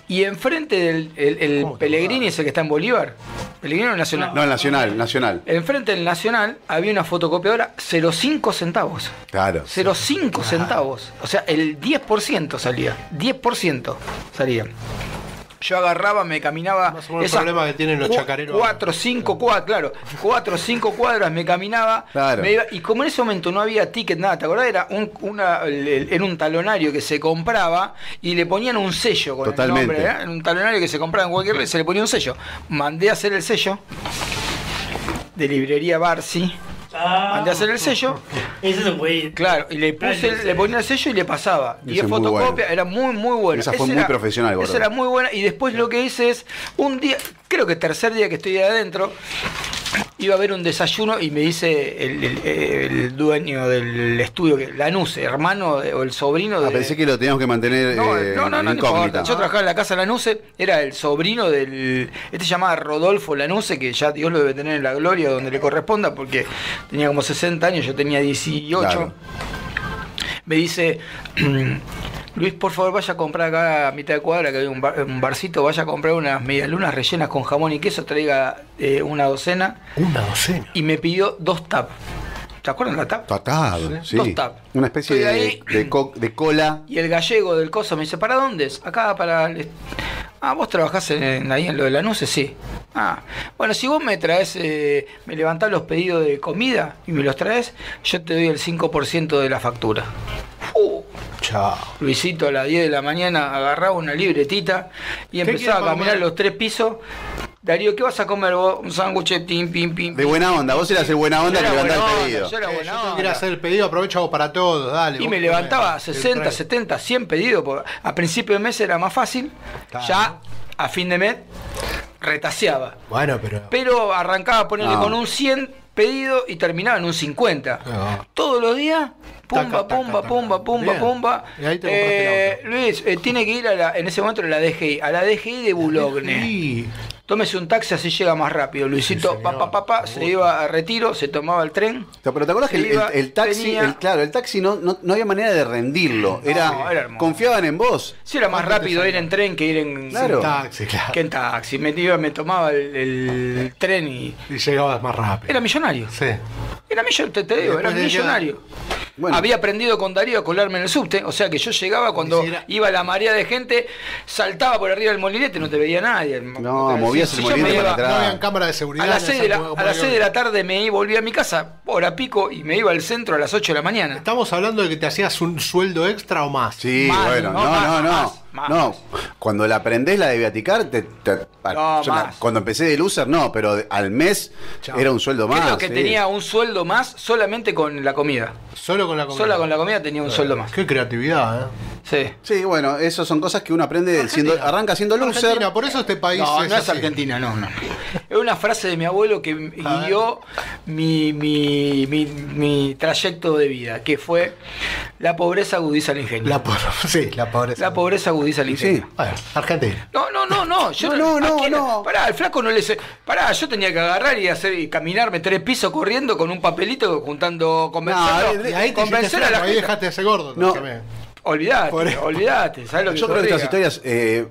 Y enfrente del el, el Pellegrini, es el que está en Bolívar, Pellegrini o Nacional.
No, el nacional, nacional.
Enfrente del Nacional había una fotocopiadora 0,5 centavos.
Claro.
Ah.
0,5 centavos. O sea, el 10% salía. 10% salía. Yo agarraba, me caminaba.
o menos el problema que tienen los
cu-
chacareros.
Cuatro, cinco cuadras, claro. Cuatro, cinco cuadras me caminaba.
Claro.
me iba- y como en ese momento no había ticket, nada, ¿te acordás? Era un, una, el- el- era un talonario que se compraba y le ponían un sello con
Totalmente.
el nombre. ¿eh? Era Un talonario que se compraba en cualquier. Se le ponía un sello. Mandé a hacer el sello de librería Barsi.
Ah,
Mandé a hacer el sello.
Eso se puede ir.
Claro, y le puse,
Dale, sí.
le ponía el sello y le pasaba. Y
Ese
es
es muy
fotocopia,
bueno.
era muy, muy buena.
Esa fue muy profesional, gordo.
Esa era muy buena. Y después lo que hice es, un día, creo que tercer día que estoy ahí adentro, iba a haber un desayuno y me dice el, el- el dueño del estudio, que Lanús, hermano de- o el sobrino de...
Ah, pensé que lo teníamos que mantener
No,
eh,
no, no, no, no
incógnita.
importa. Yo trabajaba en la casa Lanuse, era el sobrino del. Este se llamaba Rodolfo Lanuse, que ya Dios lo debe tener en la gloria donde le corresponda, porque tenía como 60 años, yo tenía 18.
Claro.
Me dice. Luis, por favor, vaya a comprar acá a mitad de cuadra, que hay un, bar- un barcito, vaya a comprar unas medialunas rellenas con jamón y queso, traiga eh, una docena.
Una docena.
Y me pidió dos tap. ¿Te acuerdas de la tap?
Tatado, sí.
Dos tap.
Una especie
Estoy
de,
ahí.
de co- de cola.
Y el gallego del coso me dice, ¿para dónde es? Acá para... el est- Ah, vos trabajás en, ahí en lo de Lanús, sí. Ah, bueno, si vos me traes, eh, me levantás los pedidos de comida y me los traes, yo te doy el 5% de la factura.
Uh, Chao.
Luisito a las 10 de la mañana agarraba una libretita y
quieres
empezaba a
para
caminar
comer?
los tres pisos. Darío, ¿qué vas a comer vos? Un sándwich, de pim, pim, pim.
De buena onda, vos eras el buena onda
Yo
que
era
levantaba
buena
el
onda,
pedido.
yo era buena
Eh, Yo tengo que ir a
onda.
hacer el pedido, aprovecho hago para todos, dale.
Y
vos
me
comés.
levantaba
El
60,
tren.
70, 100 pedidos. por- A principio de mes era más fácil. Ya a fin de mes retaseaba.
Bueno, pero.
Pero arrancaba a ponerle
No.
con un 100 pedido y terminaba en un 50.
No.
Todos los días, pumba, pumba, pumba, pumba,
Bien.
pumba.
Y ahí te compraste
Eh, Luis, eh, tiene que ir a la, en ese momento a la DGI, a la DGI de Boulogne. Tómese un taxi así llega más rápido. Luisito, pa, pa, pa, pa, se iba a retiro, se tomaba el tren.
Pero te acuerdas que el,
se iba,
el- el taxi,
venía.
el- claro, el taxi no, no, no había manera de rendirlo. era,
No, era hermoso.
confiaban en vos.
Sí, era más rápido ir en tren que ir en
Claro.
en
Taxi, claro.
Que en taxi. Me, iba, me tomaba el, el tren y.
Y llegabas más rápido.
Era millonario.
Sí.
Era millonario, te, te
Y
digo, era
después de
millonario. Había aprendido con Darío a colarme en el subte, o sea que yo llegaba cuando iba la marea de gente, saltaba por arriba del molinete, no te veía nadie.
No, movías
Si
el
yo
molinete
me
para
iba-
atrás.
No habían cámaras de seguridad.
A las
en
6
esa
de la,
época,
a las
como
seis de
que-
la tarde me iba- volví a mi casa, hora pico, y me iba al centro a las 8 de la mañana.
Estamos hablando de que te hacías un sueldo extra o más.
Sí, bueno, no, no, no.
más,
no. Cuando la aprendés la de viaticar, te, te- yo la-
más.
cuando empecé de loser, no, pero de- al mes era un sueldo más.
Creo que
sí.
tenía un sueldo más solamente con la comida.
Solo con la comida.
Sola con la comida tenía un sueldo más.
Qué creatividad, ¿eh?
Sí.
Sí, bueno, eso son cosas que uno aprende siendo, arranca siendo loser.
Argentina, por eso este país
No,
es
no es
así.
Argentina, no, no. Es una frase de mi abuelo que guió mi, mi, mi- mi trayecto de vida, que fue la pobreza agudiza el ingenio.
La pobreza. Sí, la pobreza.
La pobreza agudiza el ingenio.
Bueno, Argentina.
No, no, no, no. Yo no, no, no. Pará, el flaco no le se- Pará, yo tenía que agarrar y hacer y caminarme tres pisos corriendo con un papelito juntando, convencerlo-
No, y ahí te hiciste
convencer a la
flaco, ahí
gente.
dejaste ese gordo.
No.
también.
Olvidate,
Por eso.
olvidate, ¿sabes lo que
Yo creo que estas
corría?
historias eh,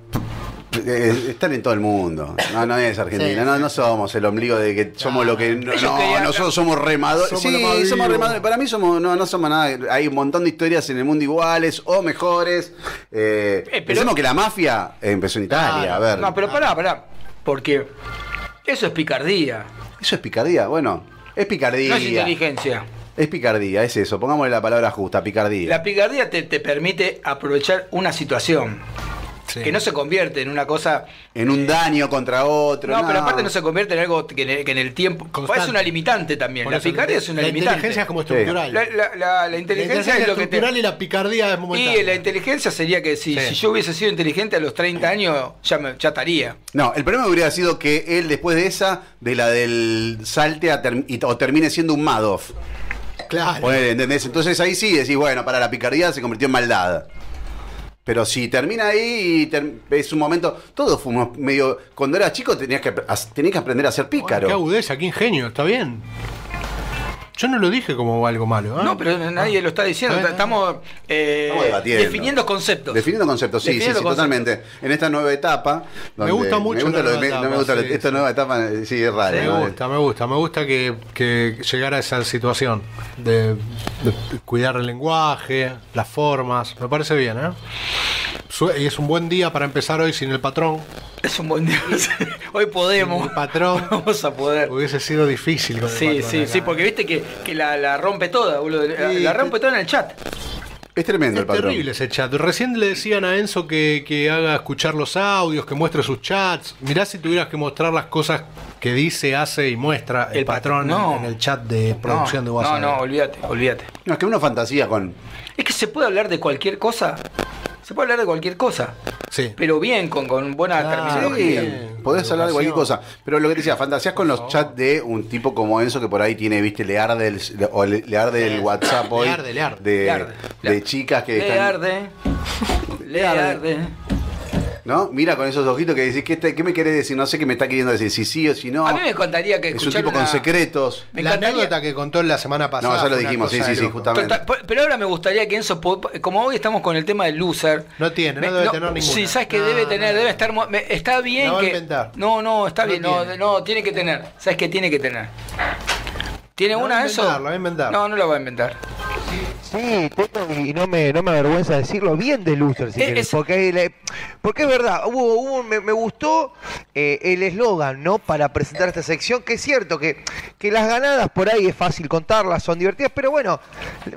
eh, están en todo el mundo. No, no es Argentina.
Sí,
no, no somos el ombligo de que somos lo que. No,
Ellos
no,
querían-
nosotros somos remadores.
Somos
sí,
los más vivos.
somos remadores. Para mí somos, no, no somos nada. Hay un montón de historias en el mundo iguales o mejores. Eh,
pero-
pensemos que la mafia empezó en Italia. a ver.
No, pero pará, pará. Porque eso es picardía.
Eso es picardía. Bueno, es picardía.
No es inteligencia.
Es picardía, es eso. Pongámosle la palabra justa, picardía.
La picardía te, te permite aprovechar una situación. Que no se convierte en una cosa.
En un daño contra otro.
No, pero aparte no se convierte en algo que en el, que en el tiempo.
Constante.
Es una limitante también.
Por
la
eso,
picardía es una
la
limitante.
inteligencia es como estructural.
La, la- la- la inteligencia es lo que te.
estructural y la picardía es
Y
momentánea.
la inteligencia sería que si,
Sí.
si yo hubiese sido inteligente a los 30 años, ya, me, ya estaría.
No, el problema hubiera sido que él después de esa, de la del salte a term- y- o termine siendo un Madoff.
Claro.
Ponele, ¿entendés? Entonces ahí sí decís, bueno, para la picardía se convirtió en maldad. Pero si termina ahí y ter- es un momento. Todos fuimos medio. Cuando eras chico tenías que, as- tenías que aprender a ser pícaro.
Qué agudeza, qué ingenio, está bien. Yo no lo dije como algo malo. ¿eh?
No, pero nadie lo está diciendo.
Está bien,
Estamos, eh,
Estamos debatiendo.
definiendo conceptos.
Definiendo conceptos, sí, sí,
Definiendo
sí,
conceptos.
totalmente. En esta nueva etapa. donde-
gusta mucho
Me gusta
la
lo de-
nueva
no me gusta
etapa,
lo-
sí,
esta nueva etapa, eh, sí, es rara.
Me
¿no?
gusta, me gusta, me gusta que, que llegara a esa situación de, de cuidar el lenguaje, las formas. Me parece bien, ¿eh? Su- Y es un buen día para empezar hoy sin el patrón.
Es un buen día. Hoy podemos.
El patrón.
Vamos a poder.
Hubiese sido difícil con el
Sí,
patrón
sí,
acá.
sí, porque viste que, que la, la rompe toda, boludo. La,
Sí,
la rompe toda en el chat.
Es tremendo el
Es
patrón.
terrible ese chat. Recién le decían a Enzo que, que haga escuchar los audios, que muestre sus chats. Mirá si tuvieras que mostrar las cosas que dice, hace y muestra el,
El pat-
patrón
no.
en el chat de producción de
no,
WhatsApp.
no, no, olvídate, olvídate.
No, es que uno fantasía con.
Es que se puede hablar de cualquier cosa. Se puede hablar de cualquier cosa.
Sí.
Pero bien, con, con buena terminología.
Sí, podés hablar de cualquier cosa. Pero lo que te decía, fantaseas con los chats de un tipo como Enzo que por ahí tiene, viste, le arde el, o le, le arde el WhatsApp hoy.
arde, le arde,
de,
le arde,
de chicas que
Le
están.
arde. Le arde.
¿No? Mira con esos ojitos que decís, ¿qué, te- qué me querés decir? No sé qué me está queriendo decir, si sí o si no.
A mí me contaría que
es un
escuchar
tipo
una-
con secretos.
Me
la
encantaría-
anécdota que contó la semana pasada.
No, ya lo
fue una
dijimos, sí,
cosa
sí,
de
sí,
loco.
justamente.
Total, po- Pero ahora me gustaría que Enzo, pod- como hoy estamos con el tema del loser,
No tiene, no
me-
debe tener ninguna.
Sí, sabes que
No,
debe
no.
tener, debe estar, mo- me- está bien
La va a
que
inventar.
no, no, está
No
bien, no,
tiene.
no, tiene que tener, sabes que tiene que tener. ¿Tiene
La va a
una
inventar,
Enzo?
la va a inventar.
No, no la va a inventar.
Sí, tengo, y no me, no me avergüenza decirlo bien de loser, si
E, Es-
querés,
es-
porque, le- porque es verdad, hubo, hubo- me, me gustó eh, el eslogan, ¿no? Para presentar esta sección, que es cierto que, que las ganadas por ahí es fácil contarlas, son divertidas, pero bueno,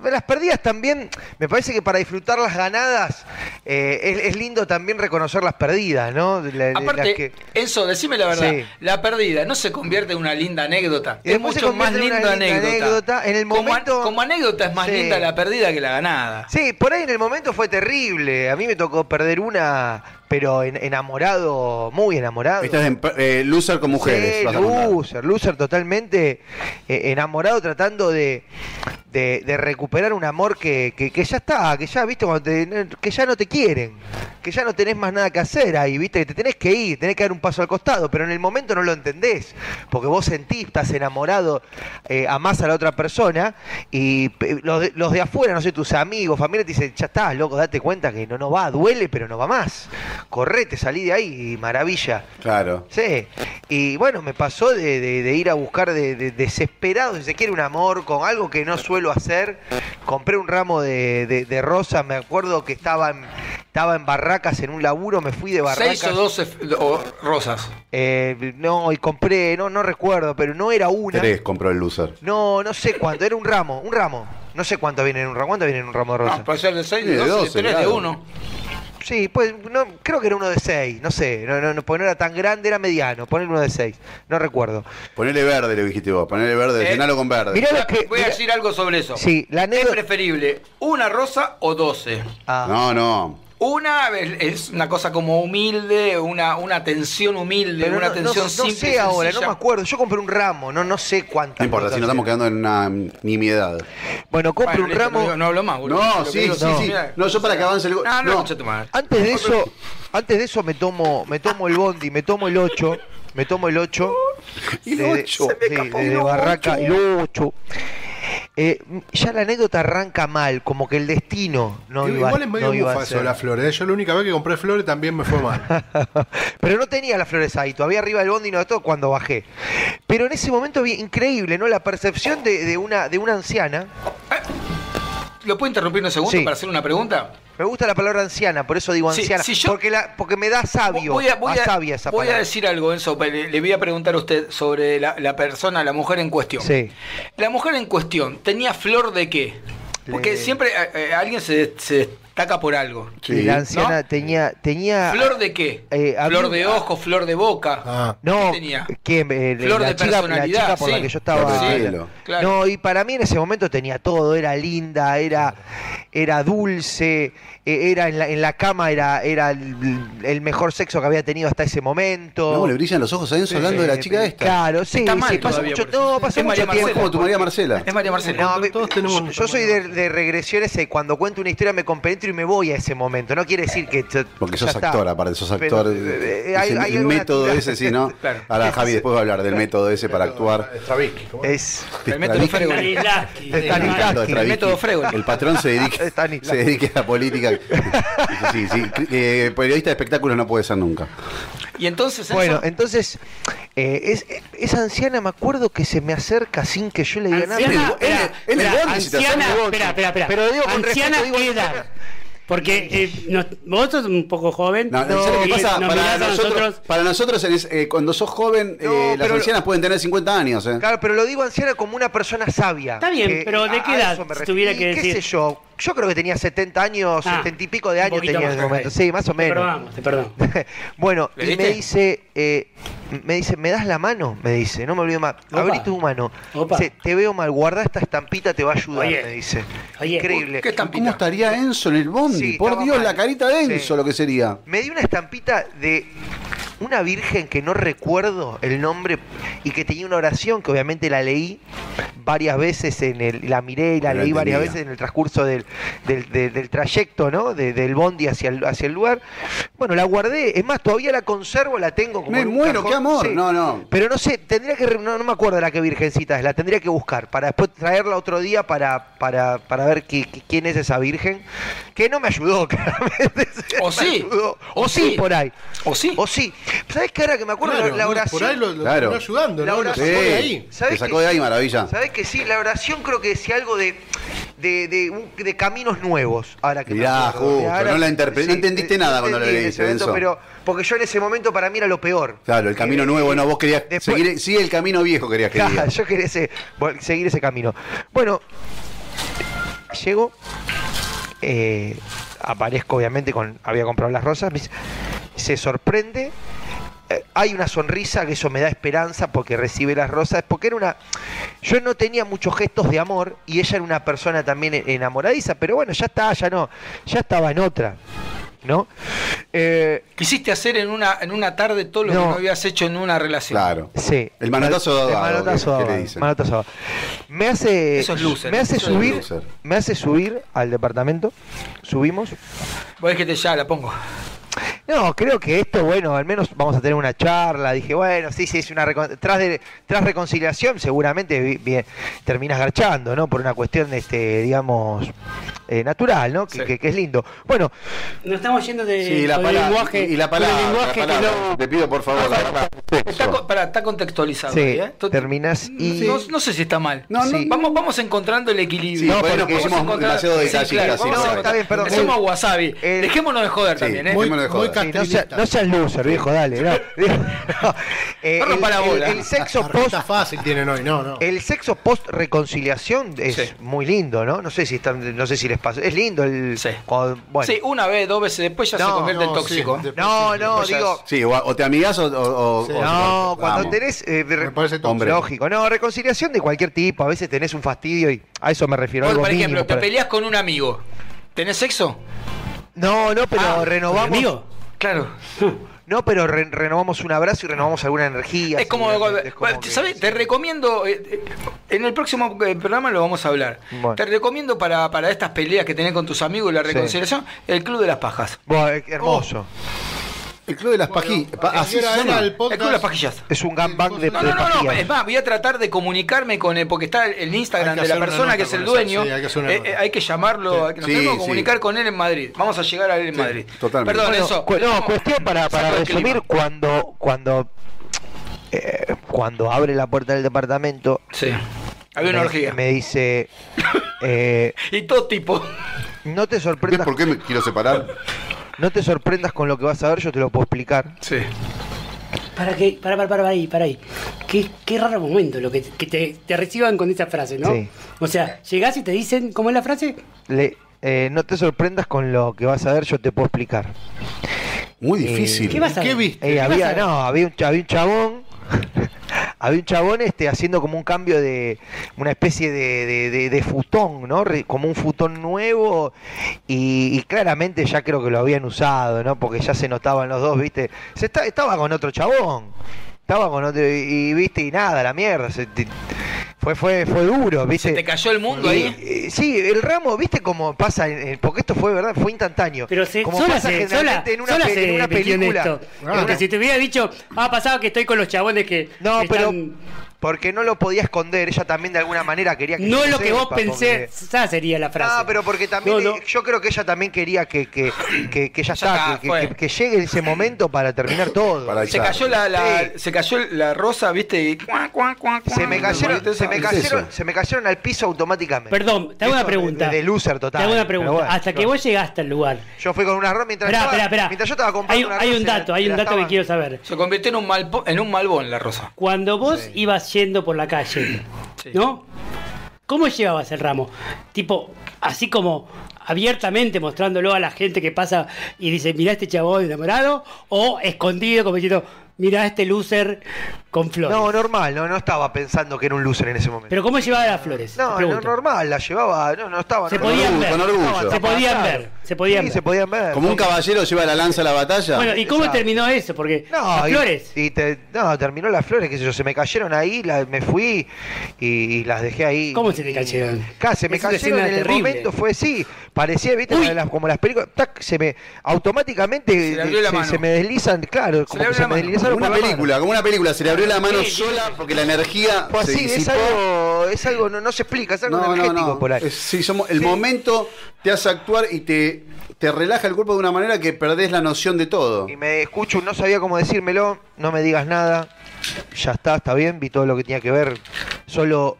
las perdidas también, me parece que para disfrutar las ganadas eh, es, es lindo también reconocer las perdidas, ¿no? De la- de las
Aparte,
que-
Enzo, decime la verdad,
Sí.
la perdida no se convierte en una linda anécdota,
Y
es
después se
mucho más
convierte en una
linda
linda
anécdota.
anécdota, en el
Como an-
momento-
como, anécdota es más
Sí.
linda la perdida que la ganada.
Sí, por ahí en el momento fue terrible. A mí me tocó perder una, pero en- enamorado, muy enamorado.
Estás en eh, loser con mujeres.
Sí,
vas a contar.
loser, loser totalmente eh, enamorado tratando de, de, de recuperar un amor que, que- que ya está, que ya, viste, Cuando te- que ya no te quieren, que ya no tenés más nada que hacer ahí, viste, que te tenés que ir, tenés que dar un paso al costado, pero en el momento no lo entendés, porque vos sentís, estás enamorado, eh, amás a la otra persona y pe- los de, los de afuera, no sé, tus amigos, familia, te dicen, ya está, loco, date cuenta que no, no va, duele, pero no va más. Correte, salí de ahí y maravilla.
Claro.
Sí, y bueno, me pasó de, de- de ir a buscar de, de- desesperado, si se quiere, un amor con algo que no suelo hacer. Compré un ramo de, de, de rosas, me acuerdo que estaba en, estaba en Barracas, en un laburo, me fui de Barracas.
Seis o doce f- o rosas.
Eh, no, y compré, no, no recuerdo, pero no era una.
Tres compró el loser.
No, no sé cuánto, era un ramo, un ramo. No sé cuánto viene en un ramo, cuánto viene en un ramo de rosas.
No, puede ser de 6,
Sí,
de
de
12, de
12,
3, de
claro.
1.
Sí, pues no, creo que era uno de seis, no sé, no, no, no, porque no era tan grande, era mediano, poner uno de seis, no recuerdo.
Ponele verde, le dijiste vos. Ponele verde,
Eh,
llenalo con verde.
mirá lo que-
Voy a
mirá-
decir algo sobre eso.
Sí, la
¿Es
anécdota-
preferible una rosa o 12?
Ah.
No, no.
Una es es una cosa como humilde, una, una atención humilde,
Pero
una
no,
atención
no- no
simple. y
sé ahora, no
sencilla.
me acuerdo. Yo compré un ramo, no, no sé cuántas.
No importa,
notas
si nos estamos
eran.
quedando en una mm, nimiedad.
Bueno, compré
Bueno,
un
listo,
ramo.
No, digo- no hablo más, boludo. Lo
No,
que
sí,
digo,
sí, sí.
mira,
No, yo para que avance el. go-
No, no, concha tu madre.
Antes de eso, antes de eso me tomo, me tomo el bondi, me tomo el 8, me tomo el 8.
El
de-
ocho.
sí, de- de Barraca, el 8. ya la anécdota arranca mal, como que el destino no iba,
Igual es medio
no iba
bufa
a
eso de
ser.
las flores. ¿eh? Yo la única vez que compré flores también me fue mal.
Pero no tenía las flores ahí, todavía arriba del bondi, no de todo cuando bajé. Pero en ese momento, vi- increíble, ¿no? La percepción de, de una, de una anciana.
Ah, ¿Lo puedo interrumpir un segundo
Sí.
para hacer una pregunta?
Me gusta la palabra anciana, por eso digo
Sí,
anciana.
si yo-
porque, la, porque me da sabio.
Voy a, voy
a
a-
sabia esa
voy a
palabra.
decir algo, Enzo. pero Le, le voy a preguntar a usted sobre la, la persona, la mujer en cuestión.
Sí.
La mujer en cuestión, ¿tenía flor de qué? Porque
Le-
siempre eh, eh, alguien se, se destaca por algo.
Y La
¿No?
anciana tenía. tenía
¿Flor de qué?
Eh, había
flor
un-
de ojo, flor de boca.
Ah.
No,
¿Qué tenía?
¿quién? Eh,
Flor
la,
de
chica, la
personalidad,
chica por la
sí.
que yo estaba.
Flor de
la-
pelo.
Claro.
No, y para mí en ese momento tenía todo, era linda, era, era dulce, eh, era en la, en la cama era, era el, el mejor sexo que había tenido hasta ese momento.
No, le brillan los ojos a Enzo hablando de la chica esta.
Claro, sí,
Está mal
sí, pasó
todavía,
mucho,
por eso.
no, pasó
Es María
mucho tiempo.
Es como tu María Marcela.
Es María Marcela.
No, me-
todos tenemos
yo,
un-
yo soy de, de regresiones eh, cuando cuento una historia me compenetro y me voy a ese momento. No quiere decir que. t-
Porque
ya
sos
está.
actor, aparte, sos
Pero,
actor.
eh,
Es
hay-
el-
hay
el
alguna
método
actividad-
ese, sí, ¿no?
Claro.
Ahora, Javi, después va a hablar del método ese para actuar.
Stravinsky, ¿cómo es?
Es.
El método Fregoli.
Stanislavski.
Stanislavski.
Hablando de
El método
Stravinsky.
Fregoli.
El patrón se dedica,
Stanislavski.
se dedica a la política. Sí, sí. Eh, periodista de espectáculos no puede ser nunca.
Y entonces Enzo,
Bueno, entonces, eh, es- esa anciana me acuerdo que se me acerca sin que yo le diga nada.
Anciana.
Anciana,
Él- él-
espera,
él es
espera,
Bondi, si te hace
anciana,
Bondi.
espera, espera, espera.
Pero digo con
anciana,
respeto,
¿qué
digo-
edad? Porque eh, nos- vosotros un poco joven,
No, no, ¿sabes
y
qué pasa?
nos
Para
mirás a
nosotros,
nosotros
para nosotros en es- eh, cuando sos joven, eh,
No,
las
pero-
ancianas pueden tener 50 años. eh.
Claro, pero lo digo anciana como una persona sabia.
Está bien,
que
pero ¿de
a-
qué
a
edad
eso me
si
refiero.
tuviera
Y
que
¿Qué
decir? Ah,
sé yo? Yo creo que tenía 70 años, 70 y pico de
un
años
poquito
tenía
más,
en el momento.
ok.
Sí, más o
Te
menos.
perdonamos, te perdono.
bueno,
¿Le
y me
diste?
dice, eh, me dice, ¿me das la mano? Me dice, no me olvido más.
Opa.
Abrí tu mano.
Opa.
Dice, te veo mal, guarda esta estampita, te va a ayudar,
Oye.
me dice.
Oye,
Increíble.
¿qué estampita?
¿Cómo estaría Enzo en el bondi?
Sí,
Por
estaba
Dios,
mal.
la carita de Enzo,
Sí.
lo que sería.
Me dio una estampita de una virgen que no recuerdo el nombre y que tenía una oración que obviamente la leí varias veces en el, la miré y la
No la
leí varias
entendía.
veces en el transcurso del, del- del- del trayecto, ¿no? De- del bondi hacia el, hacia el lugar. Bueno, la guardé, es más, todavía la conservo, la tengo como
Me
en un
muero,
cajón.
qué amor.
Sí.
No, no.
Pero no sé, tendría que. re- No, no me acuerdo la que virgencita es, la tendría que buscar para después traerla otro día para, para, para ver qui- qui- quién es esa virgen. Que no me ayudó, claramente.
O
Me
sí.
ayudó. O,
O sí.
sí, por ahí.
O sí.
O sí. ¿Sabes qué? Ahora que me acuerdo
Claro,
la
no,
oración.
por ahí lo- lo Claro. terminó ayudando, ¿no? Lo sacó de ahí.
¿Sabés
Te sacó
que
de ahí,
sí?
maravilla.
¿Sabés que sí? La oración creo que decía algo de. De, de, un- de caminos nuevos, ahora que me
Mirá,
acuerdo.
justo,
Ahora-
no la interpre- no entendiste nada cuando la
entendí en
leíste,
ese momento,
Enzo.
Pero, porque yo en ese momento para mí era lo peor.
Claro, el camino
Eh,
nuevo, no, vos querías
después-
seguir, sí, el camino viejo querías que diga.
Claro, yo quería ese- vol- seguir ese camino. Bueno, llego, eh, aparezco obviamente con. Había comprado las rosas, me dice- se sorprende. eh, Hay una sonrisa que eso me da esperanza porque recibe las rosas, porque era una. Yo no tenía muchos gestos de amor y ella era una persona también e- enamoradiza, pero bueno, ya está, ya no, ya estaba en otra, ¿no? Eh,
Quisiste hacer en una, en una tarde todo lo
No.
que no habías hecho en una relación.
Claro.
sí.
El manotazo dado.
El manotazo
¿qué- qué
dado,
le dicen?
manotazo dado. Me hace.
Eso es loser,
Me hace
eso es
subir.
loser.
Me hace subir al departamento. Subimos.
Vos dijiste ya, la pongo.
No, creo que esto, bueno, al menos vamos a tener una charla. Dije, bueno, sí, sí, es una recon- tras de tras reconciliación, seguramente vi- bien, terminas garchando, ¿no? Por una cuestión, este, digamos, eh, natural, ¿no? Que, que- que es lindo. Bueno,
Nos estamos yendo de
Sí, la
con el
palabra.
lenguaje.
y la
con el
palabra.
lenguaje
la
que
palabra.
no-
Te pido por favor. la palabra.
Está, co- pará, está contextualizado. ahí,
sí,
¿eh? To-
terminas y
No, no sé si está mal.
No, no.
Sí.
Vamos, vamos encontrando el equilibrio.
Sí,
No,
por ahí nos
porque-
pusimos
Vamos a encontrar-
demasiado
Sí,
detallistas.
claro,
sí,
vamos a
sí.
está bien, perdón.
Hacemos wasabi.
Eh,
Dejémonos de joder
Sí,
también, ¿eh?
dejémonos de
muy
joder.
Sí, no, sea-
castrilista.
no seas loser, viejo, dale. No, No. Eh,
No rompa la
el-
bola.
el- el sexo
La
post
recta fácil tienen hoy, no, no.
El sexo post reconciliación es
Sí.
muy lindo, ¿no? No sé si están, no sé si les pasó. Es lindo el
Sí.
cuando- bueno.
Sí, uh, una vez, dos veces, después ya se
No,
convierte en
no, sí,
tóxico.
de-
No, no,
Después ya
digo.
Sí, o, o te amigas o. o- o-
Sí.
o-
No, cuando
vamos.
tenés eh, re-
Me parece tóxico.
Hombre.
lógico. No, reconciliación de cualquier tipo, a veces tenés un fastidio y a eso me refiero
Vos,
algo
por ejemplo,
mínimo,
te
pero-
peleas con un amigo. ¿Tenés sexo?
No, no, pero
Ah,
renovamos.
Amigo,
Claro.
No, pero re- renovamos un abrazo y renovamos alguna energía.
Es como,
seguramente, es como
bueno,
que-
¿sabés? Te recomiendo, eh, eh, en el próximo eh, programa lo vamos a hablar.
Bueno.
Te recomiendo para, para estas peleas que tenés con tus amigos y la reconciliación, el Club de las Pajas.
Bueno, eh, hermoso.
Oh.
El club de las
Bueno,
pajillas. Así
ayer
suena.
era el
El Club de las
podcast.
Pajillas.
Es un gangbang de,
No,
de
no, no, no,
pajillas.
es más, voy a tratar de comunicarme con él, porque está el- el Instagram
Hay que
de la
hacer una
persona
nota
que es el
con esa,
dueño.
sí, hay que hacer una
Eh,
nota.
eh, hay que llamarlo, hay que- nos
Sí,
tenemos que
sí.
comunicar con él en Madrid. Vamos a llegar a él en Madrid.
totalmente.
Perdón,
Bueno,
eso.
cu- no,
Vamos.
cuestión para, para
Saco el
resumir,
clima.
cuando cuando eh, cuando abre la puerta del departamento,
Sí. Había una
me,
orgía.
me dice, eh,
Y todo tipo.
no te
¿Ves
sorprendas,
por qué me quiero separar?
no te sorprendas con lo que vas a ver, yo te lo puedo explicar.
Sí.
para que, para, para, para ahí, para ahí. Qué, qué raro momento lo que, que te, te reciban con esa frase, ¿no?
Sí.
O sea, llegás y te dicen, ¿cómo es la frase?
Le- eh, no te sorprendas con lo que vas a ver, yo te puedo explicar.
Muy
Eh,
difícil.
¿Qué vas a
¿Qué
ver?
viste?
Eh,
¿Qué
había,
pasa?
no, había un, cha- había un chabón. había un chabón este, haciendo como un cambio de. Una especie de, de- de- de futón, ¿no? Re- Como un futón nuevo. Y, y claramente ya creo que lo habían usado, ¿no? Porque ya se notaban los dos, ¿viste? Se esta- estaba con otro chabón. Estaba con otro. Y, y, ¿viste? Y nada, la mierda. se- te- fue, fue, fue duro, ¿viste?
Te cayó el mundo
Y,
ahí.
eh, sí, el ramo, viste cómo pasa, en- en- porque esto fue verdad, fue instantáneo.
Pero se,
como
sola,
pasa
se, sola,
generalmente en una,
sola
pe-
se
en una
metió en
película. Ah.
esto.
En una-
Porque si te hubiera dicho, ha pasado que estoy con los chabones que
No, pero
están-
porque no lo podía esconder, ella también de alguna manera quería que
no
se
lo que vos
sepa,
pensé,
porque-
esa sería la frase.
Ah, pero porque también
No, no.
eh, yo creo que ella también quería que, que, que, que ya está,
está,
que-
fue.
que, que llegue ese momento para terminar todo.
Para
Se cayó la, la-
Sí.
se cayó la rosa, viste, y cuá, cuá, cuá, cuá.
se me
¿Viste
cayeron,
eso?
se me
¿Qué es
cayeron,
eso?
se me cayeron al piso automáticamente.
Perdón, te hago
Eso
una pregunta.
De, de loser total.
Te hago una
pero
pregunta.
bueno,
Hasta que
no.
vos llegaste al lugar.
Yo fui con una ropa mientras,
Esperá,
estaba-
esperá, esperá.
mientras yo estaba comprando
Hay,
una
hay
rosa,
un
la-
dato, hay
la
un dato
estaban-
que quiero saber.
Se convirtió en un malpo- en un malbón la rosa.
Cuando vos ibas yendo por la calle,
Sí.
¿no? ¿Cómo llevabas el ramo? Tipo, así como abiertamente mostrándolo a la gente que pasa y dice, mirá este chabón enamorado, o escondido como diciendo, mirá este loser con flores.
No, normal, no, no estaba pensando que era un loser en ese momento.
Pero ¿cómo llevaba las flores?
No, no, normal, la llevaba, no, no estaba.
Se
no,
podían
no,
ver.
no estaba
Se
tapada,
podían
claro.
ver, se podían
Sí,
ver.
se podían ver.
Como un caballero lleva la lanza a la batalla.
Bueno, ¿y cómo terminó eso? Porque
No,
las
y-
flores.
Y, te- no, terminó las flores, qué sé yo, se me cayeron ahí, la- me fui y, y las dejé ahí.
¿Cómo se te cayeron?
Casi, se me
Es una
cayeron en
escena
el
terrible.
momento, fue sí, parecía, viste, la de las- como las películas, tac, se me, automáticamente
le abrió la mano.
me deslizan, claro, como
le abrió
que se
la
me
mano.
deslizaron
Como una
por la mano.
película, como una película, se le abrió la mano sola porque la energía
Pues
se
sí, es
disipó.
algo, es algo no, no se explica, es algo energético por ahí.
Es- sí, somos, el momento te hace actuar y te, te relaja el cuerpo de una manera que perdés la noción de todo.
Y me escucho, no sabía cómo decírmelo, no me digas nada, ya está, está bien, vi todo lo que tenía que ver, solo,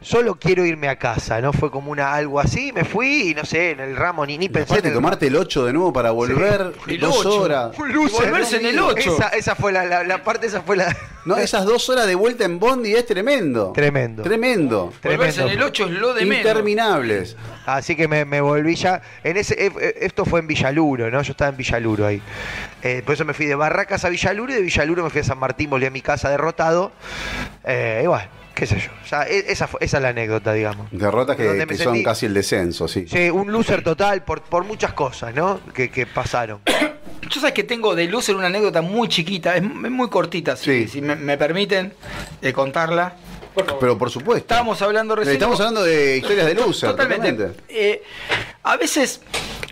solo quiero irme a casa, ¿no? Fue como una algo así, me fui y no sé, en el ramo, ni, ni pensé en
Aparte,
el
tomarte el 8 de nuevo para volver
El
dos
ocho.
horas.
Un loser,
Volverse en el ocho.
Esa, esa fue la, la- la parte, esa fue la...
No, esas dos horas de vuelta en Bondi es tremendo.
Tremendo.
Tremendo.
Volverse en el 8 es lo de menos.
Interminables.
Así que me, me volví ya. En ese, eh, eh, esto fue en Villaluro, ¿no? Yo estaba en Villaluro ahí. Eh, por eso me fui de Barracas a Villaluro y de Villaluro me fui a San Martín, volví a mi casa derrotado. Eh, y bueno, qué sé yo. Ya, e- esa, fue- esa es la anécdota, digamos.
Derrotas que,
Donde me
que son
sentí-
casi el descenso, sí.
Sí, un loser total por, por muchas cosas, ¿no? Que, que pasaron.
Yo sabes que tengo de Lucer una anécdota muy chiquita, es m- es muy cortita, si, si me, me permiten eh, contarla.
Pero por supuesto. Eh,
Estábamos hablando recién.
Estamos hablando de historias de loser,
Totalmente.
totalmente.
Eh, a veces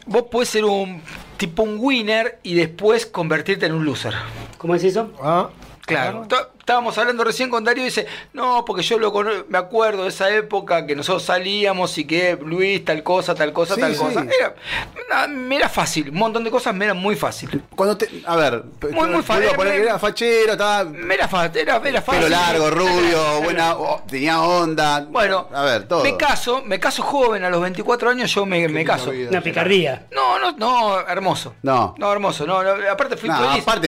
vos puedes ser un tipo un winner y después convertirte en un loser.
¿Cómo es eso?
Ah,
Claro. Ta- Estábamos hablando recién con Darío y dice, no, porque yo lo cono- me acuerdo de esa época que nosotros salíamos y que Luis, tal cosa, tal cosa,
Sí,
tal
sí.
cosa. Era- na- me era fácil, un montón de cosas me era muy fácil.
Cuando te, a ver,
muy, muy fácil.
Iba a poner que era fachero, estaba
Me era, fa- era- era fácil.
pelo largo, rubio, buena, oh, tenía onda.
Bueno,
a ver, todo.
Me caso, me caso joven, a los 24 años yo me, me caso.
Una picardía.
No, no, no, hermoso.
No.
No, hermoso, no, no, aparte fui feliz.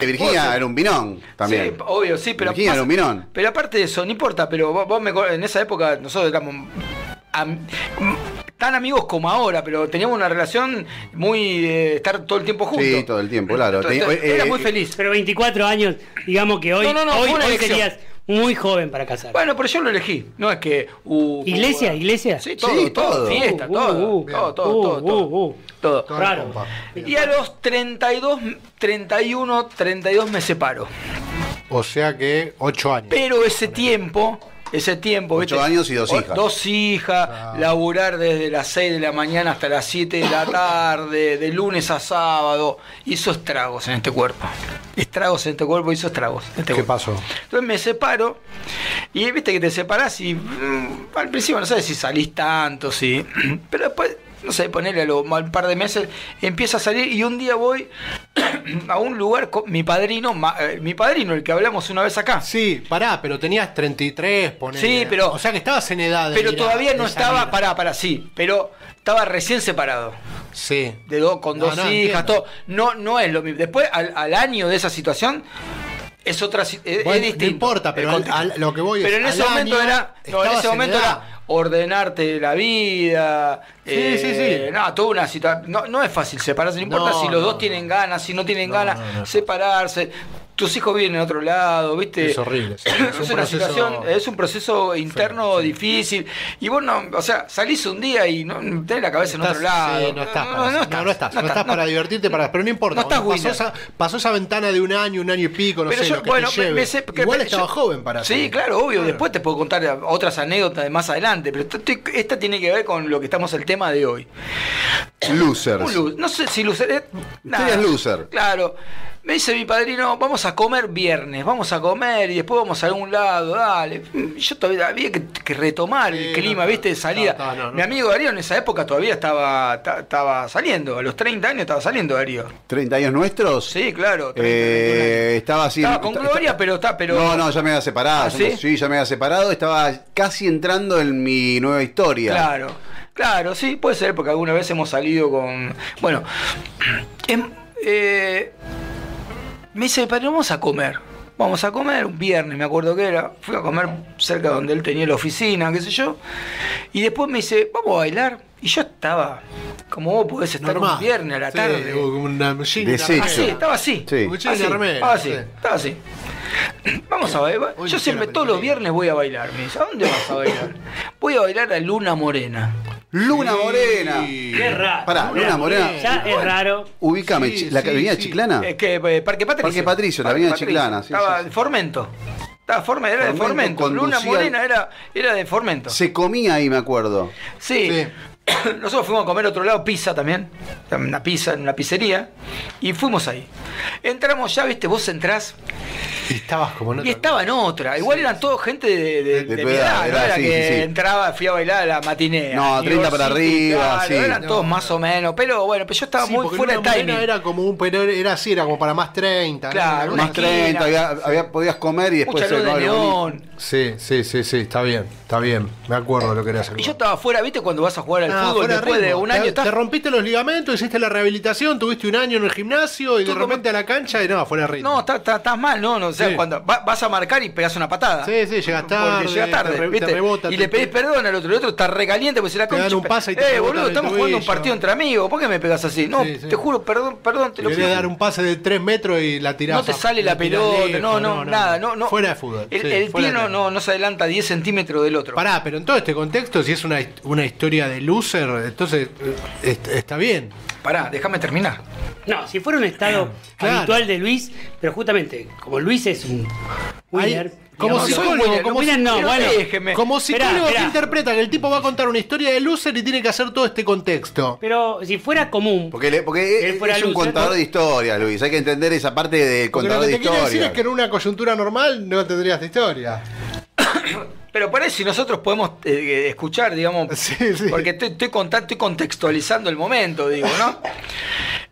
Virginia era un binón también.
Sí, obvio, sí, pero.
Virginia
pasa-
era un binón.
Pero aparte de eso, no importa, pero vos, vos me co- en esa época nosotros éramos am- tan amigos como ahora, pero teníamos una relación muy eh, estar todo el tiempo juntos.
Sí, todo el tiempo, claro.
Entonces,
Tenía- eh,
era
eh,
muy feliz.
Pero 24 años, digamos que hoy,
No, no, no,
hoy,
fue una
hoy
elección.
serías muy joven para casar.
Bueno, pero yo lo elegí. No es que. uh,
iglesia,
uh,
iglesia.
Sí, todo, todo, Fiesta,
Uh, uh,
todo,
uh,
todo, todo, todo,
uh,
todo,
uh, uh.
todo.
Todo Claro. en pompa.
Y a los 32, 31, 32 me separo.
O sea que 8 años.
Pero ese tiempo, ese tiempo,
Ocho
¿viste?
años y dos
O-
hijas.
Dos hijas,
Ah.
laburar desde las 6 de la mañana hasta las 7 de la tarde, de lunes a sábado. Hizo estragos en este cuerpo. Estragos en este cuerpo, hizo estragos. en este
¿Qué
cuerpo.
pasó?
Entonces me separo y viste que te separás y mm, al principio no sabes si salís tanto, si, pero después, no sé, ponerle a lo- a un par de meses, empieza a salir y un día voy a un lugar con mi padrino, ma- eh, mi padrino, el que hablamos una vez acá.
Sí, pará, pero tenías 33, ponele.
Sí, pero-
O sea que estabas en edad. de
Pero
mirar,
todavía
de
no
salir.
estaba, pará, pará, sí, pero estaba recién separado.
Sí.
De dos, con
No,
dos
no,
hijas,
entiendo.
todo. No, no es lo mismo. Después, al, al año de esa situación, es otra si- es, es
Bueno, no
distinto.
importa, pero
El
al-
contexto.
al- lo que voy es,
Pero en
al
ese momento
año
era. No, en
estabas
ese
en
momento
edad.
era ordenarte la vida. eh,
Sí, sí, sí.
No, toda una situación. No, no es fácil separarse, no importa
No,
si los
no,
dos tienen ganas, si no tienen ganas, separarse. tus hijos viven en otro lado, ¿viste?
Es horrible, sí.
Es,
Es un
una
proceso-
situación, es un proceso interno difícil. Y vos no, o sea, salís un día y no, tenés la cabeza en
Estás-
otro lado.
sí, no estás para
no,
eso.
estás,
No, no estás. No estás para divertirte, para, pero no importa.
No estás
Cuando pasó
winner.
esa, pasó esa ventana de un año, un año y pico, no
Pero
sé,
yo-
lo que
bueno,
te
me-
lleve.
me sé- que
Igual
me-
estaba
yo-
joven para
Sí,
hacer.
claro, obvio. Después te puedo contar otras anécdotas de más adelante, pero esto- esto- esta tiene que ver con lo que estamos el tema de hoy.
eh,
Un
Losers.
lu- no sé si loser. eh, nada.
Ustedes loser.
Claro. Me dice mi padrino, vamos a comer viernes, vamos a comer y después vamos a algún lado, dale. Yo todavía había que, que retomar el clima, ¿viste? De salida. Mi amigo Darío en esa época todavía estaba, ta- estaba saliendo, a los 30 años estaba saliendo Darío.
¿30 años nuestros?
Sí, claro.
Eh, estaba así.
Estaba con Gloria, pero está, pero.
No, no, ya me había separado.
¿Ah, sí?
ya me había separado. Estaba casi entrando en mi nueva historia.
Claro, claro, sí, puede ser, porque alguna vez hemos salido con. Bueno, em, eh, me dice, pero vamos a comer. Vamos a comer un viernes, me acuerdo que era. Fui a comer cerca donde él tenía la oficina, qué sé yo. Y después me dice, vamos a bailar. Y yo estaba, como vos podés estar
Normal.
un viernes a la
Sí,
tarde.
una jean, una
Deshecho.
Así, Ah, estaba así.
Sí.
Un jean
Así,
de armero,
estaba así,
sí.
estaba así. Vamos a bailar. Yo siempre todos los viernes voy a bailar. Me dice, ¿a dónde vas a bailar? Voy a bailar a Luna Morena.
Luna Morena.
Qué raro.
Pará, Luna Morena.
Ya es
raro.
Ubicame, chi- la avenida Chiclana.
Es que eh, Parque Patricio.
Ah. Parque Patricio, la avenida Chiclana, sí,
estaba de Formento. Estaba Forme- era de
Formento
Formento. Luna
conducía-
Morena era, era de Formento.
Se comía ahí, me acuerdo.
Sí. Nosotros fuimos a comer a otro lado pizza también, una pizza en una pizzería, y fuimos ahí. Entramos ya, viste, vos entrás.
Y estabas como en
Y estaba en otra. Igual eran todo gente de, de- de
tu
mi
edad,
edad, no
edad,
era
sí,
que
sí, sí.
entraba, fui a bailar a la matinea.
No, 30 para
University,
arriba,
claro,
sí.
Eran todos más o menos, pero bueno, pues yo estaba
Sí,
muy
porque
fuera de
Luna Morena
timing.
Era como un, pero era así, era como para más 30. ¿no?
Claro,
Una
Más 30, había, había- podías comer y después
Mucha luz de
comía algo bonito.
neón.
Sí, sí, sí, sí, está bien, está bien. Me acuerdo lo que era hacer.
Y yo estaba fuera, viste, cuando vas a jugar al
Ah,
fútbol
fuera
después de
ritmo.
un
Te-
año
te,
estás
rompiste los ligamentos, hiciste la rehabilitación, tuviste un año en el gimnasio y de repente a la cancha y no, fuera ritmo.
No, está- está- estás mal, no, no. O sea,
Sí.
cuando va- vas a marcar y pegas una patada.
Sí, sí, llegas tarde,
Porque llegas tarde,
te re-
¿viste?
te rebota,
y
te-
le pedís perdón al otro. El otro está recaliente porque se la
Te dan
concha-
un pase y te
Eh,
rebotan
boludo,
el
estamos jugando un
tobillo.
partido entre amigos. ¿Por qué me pegas así? No,
Sí, sí.
te juro, perdón, perdón, te
Te
lo
quería
juro.
dar un pase de 3 metros y la tirás.
No te
a-
sale la
tirás
pelota,
lejos,
no, no, nada, no, no.
Fuera de fútbol.
El,
sí,
el
fuera
pie
de
no,
tema.
no, no se adelanta 10 centímetros del otro.
Pará, pero en todo este contexto, si es una, hist- una historia de loser, entonces eh, est- está bien.
Pará, déjame terminar.
No, si fuera un estado habitual de Luis, pero justamente, como Luis es un winner.
Como
digamos,
psicólogo,
winner,
como
winner no,
si-
bueno.
como
Esperá,
psicólogo que
esperá.
interpreta que el tipo va a contar una historia de loser y tiene que hacer todo este contexto.
Pero si fuera común.
Porque, le- porque es,
fuera
un
loser,
contador
¿no?
de historias, Luis. Hay que entender esa parte del
Porque lo
contador
que
de
te quiero decir es
historias.
que en una coyuntura normal no tendrías historia.
Pero por si nosotros podemos eh, eh, escuchar, digamos, porque estoy, estoy conta- estoy contextualizando el momento, digo, ¿no?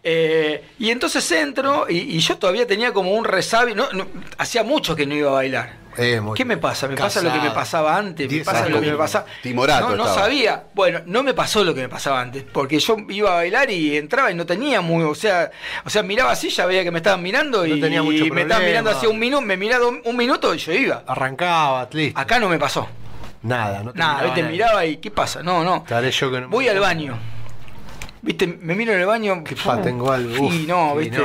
Eh, y entonces entro y, y yo todavía tenía como un resabio, no, no, hacía mucho que no iba a bailar. ¿Qué me pasa? ¿Me pasa lo que me
Casado.
pasaba antes? ¿Me
Diez
pasa
años.
lo que me pasaba?
Timorato
No, no
estaba.
sabía. Bueno, no me pasó lo que me pasaba antes, porque yo iba a bailar y entraba y no tenía muy, o sea, o sea, miraba así, ya veía que me estaban mirando y,
tenía mucho
me estaban
problema.
mirando hacia un minuto, me miraba un, un minuto y yo iba.
Arrancaba, Ah, listo.
Acá no me pasó.
Nada, no te
Nada,
miraba
viste,
nadie.
miraba y ¿qué pasa? No, no.
Estaré yo que no me-
Voy al baño. Viste, me miro en el baño. Que
Pa, tengo algo.
Sí,
Uf,
no,
sí,
viste.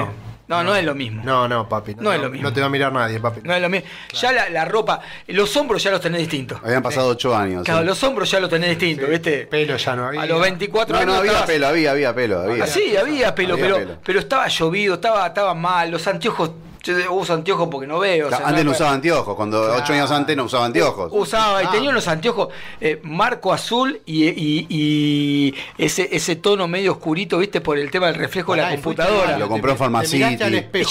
No. no, es lo mismo.
No, no, papi. No,
No es
no,
lo mismo.
No te va a mirar nadie, papi.
No es lo mismo. Ya la, la ropa, los hombros ya los tenés distintos.
Habían pasado 8 años.
Claro,
¿eh?
los hombros ya los tenés distintos, ¿viste?
Pelo ya no había.
A los 24
No,
años.
no, había
estabas-
pelo, había, había pelo. Había.
Ah, sí, había pelo,
Había
pero,
pelo.
pero estaba llovido, estaba, estaba mal. Los anteojos, yo uso anteojos porque no veo. o sea,
antes no
no
usaba anteojos, cuando ocho años antes no usaba anteojos.
Usaba y tenía unos anteojos eh, marco azul y, y- y ese, ese tono medio oscurito, viste, por el tema del reflejo de la
Pará, y fuiste
computadora. Eh,
al
Lo compró en Farmacity.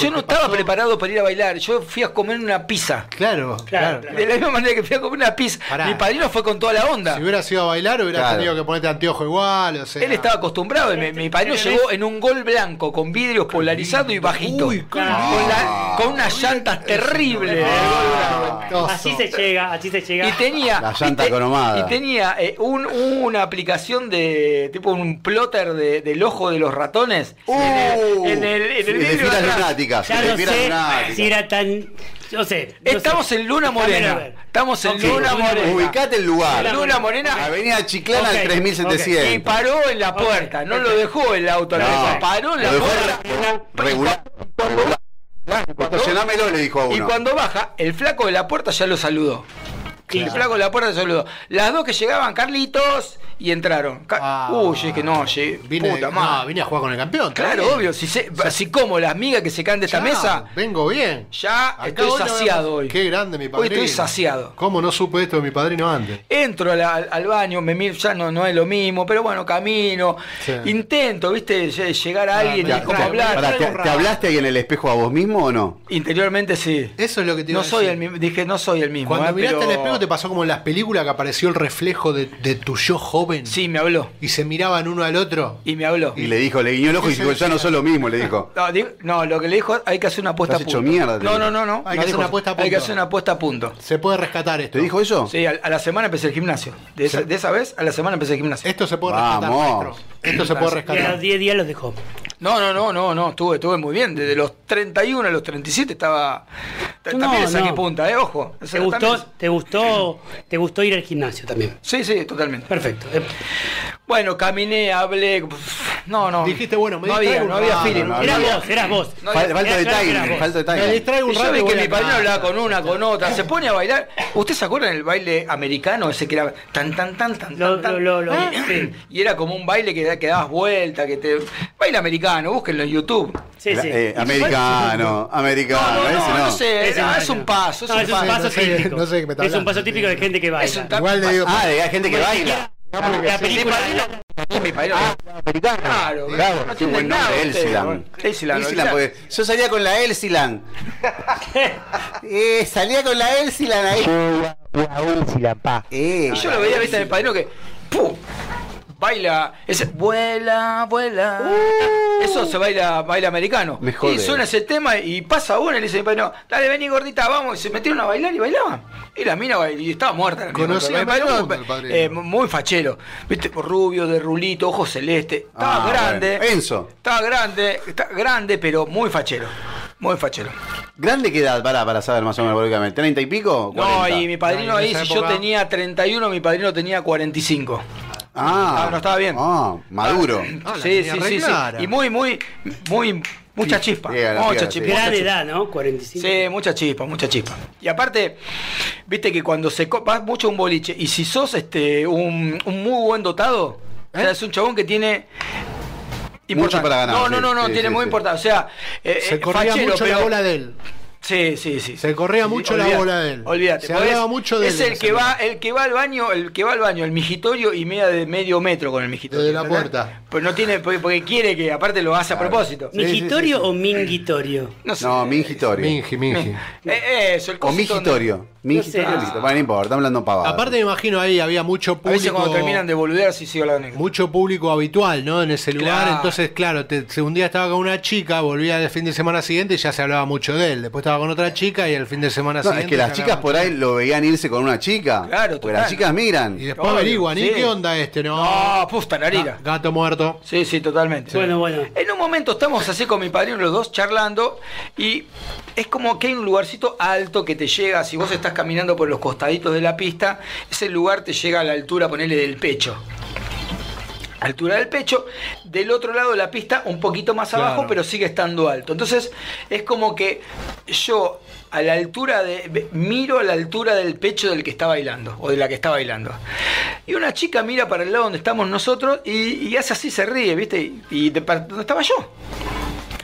yo no estaba preparado para ir a bailar, yo fui a comer una pizza.
Claro, claro.
De la misma manera que fui a comer una pizza.
Pará.
Mi padrino fue con toda la onda.
Si hubieras ido a bailar, hubieras
Claro.
tenido que ponerte anteojo igual, o sea.
Él estaba acostumbrado, y mi, mi padrino llegó en un gol blanco, con vidrios polarizados y bajito. con, la- con unas llantas terribles. el
Ah.
gol blanco.
Así se llega, así se llega.
Y tenía.
La llanta
y te-
cronomada.
Y tenía eh, un- una aplicación de. tipo un plotter de- del ojo de los ratones.
Uh,
en el, en el, en el
de
vidrio
filas
de atrás.
lunáticas.
Ya
de
no
filas
sé
lunáticas.
si era tan. Yo sé. no
Estamos
sé.
en Luna
Déjamelo
Morena.
ver.
Estamos en
Ok,
Luna Morena.
Ubicate el lugar.
Luna Morena.
Avenida Chiclana
Ok,
al 3700.
Y paró en la puerta. No lo dejó el auto. a la
No,
vez, Paró en la
lo dejó
puerta.
regular. Proporcionámelo, le dijo a
Y
uno.
cuando baja, el flaco de la puerta ya lo saludó. El
Claro.
flaco de la puerta saludó. Las dos que llegaban, Carlitos, y entraron. Ca- Uy, yo dije, no, llegué.
Ah. Vine-
puta
no,
madre.
vine a jugar con el campeón, está
Claro,
bien.
obvio. Si, se- si como las migas que se caen de esta
Ya,
mesa.
Vengo bien.
Ya
Acá
estoy
hoy no
saciado
vemos-
hoy.
Qué grande mi
Hoy
padrino.
estoy saciado.
¿Cómo no supe esto de mi padrino antes?
Entro al, al- al baño, me miro, ya no, no es lo mismo, pero bueno, camino.
Sí. Ah,
Intento, viste, lle- llegar a alguien
Te-
y cómo
te-
hablar.
pará, ¿te, te hablaste ahí en el espejo a vos mismo o no?
Interiormente sí.
Eso es lo que Eh, te iba
No
a
soy
decir.
el mismo, dije, no soy el mismo.
Cuando
eh,
miraste
pero-
al espejo te pasó como en las películas que apareció el reflejo de, de tu yo joven.
Sí, me habló.
Y se miraban uno al otro.
Y me habló.
Y le dijo, le guiñó el ojo y
Ese
dijo,
es
ya no soy lo mismo, le dijo.
No, di- no, lo que le dijo, hay que hacer una apuesta
Te has hecho
punto.
mierda, te
No,
digo.
no, no, no.
Hay que
No
hacer
dijo-
una apuesta a
Hay que
punto.
hacer una apuesta a punto.
Se puede rescatar esto.
¿Te dijo eso?
Sí, a, a la semana empecé el gimnasio. De esa, de esa vez, a la semana empecé el gimnasio.
Esto se puede
rescatar, Vamos. maestro.
Esto se puede rescatar.
Y a los 10 días los dejó.
No, no, no, no, no, estuve, estuve muy bien. Desde los 31 a los 37 estaba. ta-
No,
también le saqué
no.
punta, eh, ojo. O
¿Te
sea,
gustó,
también-
te gustó, te gustó ir al gimnasio también?
Sí, sí, totalmente.
Perfecto. Eh,
Bueno, caminé, hablé. pf, No, no.
Dijiste, bueno, me
No había,
distraigo
no
un
había
rato,
feeling.
no
Eras
había-
vos, eras vos.
No,
Fal- falta
era
de
claro que
timing,
era vos.
falta de timing.
Me distraigo un
Y yo
rato. y
vi
voy
que
a
mi padrino
casa.
hablaba con una, con otra, se pone a bailar. ¿Ustedes se acuerdan del baile americano ese que era tan tan tan tan?
Lo-
tan, tan?
lo- lo- lo-
Ah.
sí.
Y era como un baile que, da- que dabas vuelta, que te. Baile americano, búsquenlo en YouTube.
Sí, sí.
Eh, americano, americano,
No,
ese Ah, no.
Eh, no sé,
Ese
era-
no,
es
no.
un paso, es
No,
un
es un
paso.
paso
No sé,
típico.
no sé de qué me está
Es un
hablando.
paso típico de gente que
Es un
baila.
ta-
Igual le digo.
Ah, de- hay gente que
Ni
baila.
siquiera- La
Mi
película
padrino. Mi padrino.
Ah, Claro,
Claro, no
qué
tienen
buen
nada
nombre,
ustedes,
Elsilan.
¿no? Elsilan, olvidate.
porque yo salía con la Elsilan. eh, salía con la Elsilan ahí. Eh,
Y yo lo veía, viste, en el padrino que. ¡Pum! Baila, ese, vuela, vuela. Eso se baila, baila americano.
Uh. Me jode.
Y suena ese tema y pasa uno y le dice a mi padrino, dale, vení gordita, vamos. Y se metieron a bailar y bailaban. Y la mina bail- y estaba muerta. La mina,
Conocía
Mi
a
padrino,
medio mundo el padrino.
eh, muy fachero. Viste, rubio, de rulito, ojos celeste. Estaba
Ah,
grande.
bueno. Enzo.
Estaba grande, está grande, pero muy fachero. Muy fachero.
¿Grande qué edad? Para, para saber más o menos biológicamente. ¿30 y pico?
No,
40.
y mi padrino
No, y en
ahí,
esa
si yo
época-
tenía 31, mi padrino tenía 45.
Ah,
Ah, no estaba bien.
Ah, maduro.
Ah, la
sí,
tenía
sí,
re
sí, sí.
clara.
Y muy, muy, muy, mucha chispa.
llega la piedra,
Mucha chispa.
sí.
mucha
Gran
chispa.
edad, ¿no? 45.
Sí, mucha chispa, mucha chispa. Y aparte, viste que cuando se co- vas mucho a un boliche, y si sos este un, un muy buen dotado, o
¿Eh?
sea, es un chabón que tiene. importante.
para ganar,
No, no,
sí,
no, no,
sí,
tiene
sí,
muy
sí.
importante. O sea, eh,
Se
eh,
corría
fachero,
mucho la
pero-
bola de él.
Sí, sí, sí.
Se corría mucho la bola de él.
Olvídate.
Se
podés-
hablaba mucho de
es
él en
el
ese
que va, el que va al baño, el que va al baño, el mijitorio y media de medio metro con el mijitorio.
Desde la
¿entendés?
puerta.
Pues no tiene, porque, porque quiere que aparte lo hace a propósito.
¿Migitorio o mingitorio?
No sé.
No, mingitorio.
Minji, Minji.
Eh, eso, el
o
cosito donde-
mingitorio. Mingitorio,
No sé.
listo. Bueno, no importa, hablando pavadas.
Aparte me imagino ahí había mucho
A veces cuando
público.
terminan de volver sí sigo la anécdota.
Mucho público habitual, ¿no? En ese lugar.
Claro.
Entonces, claro, te, se- un día estaba con una chica, volvía el fin de semana siguiente y ya se hablaba mucho de él. Después estaba con otra chica y el fin de semana
No,
siguiente.
es que las
se
chicas
hablaba
por
mucho.
ahí lo veían irse con una chica.
Claro,
Porque las
total.
chicas miran.
Y después
Obvio,
averiguan, ¿y
sí.
qué onda este? No. Ah,
No, puta narira.
Ga- Gato muerto.
Sí, sí, totalmente.
Bueno, bueno.
En un momento estamos así con mi padrino, los dos charlando, y es como que hay un lugarcito alto que te llega, si vos estás caminando por los costaditos de la pista, ese lugar te llega a la altura, ponele, del pecho. Altura del pecho, del otro lado de la pista, un poquito más abajo,
Claro.
pero sigue estando alto. Entonces, es como que yo a la altura de. ve- miro a la altura del pecho del que está bailando, o de la que está bailando. Y una chica mira para el lado donde estamos nosotros y, y hace así, se ríe, ¿viste? Y de par- donde estaba yo.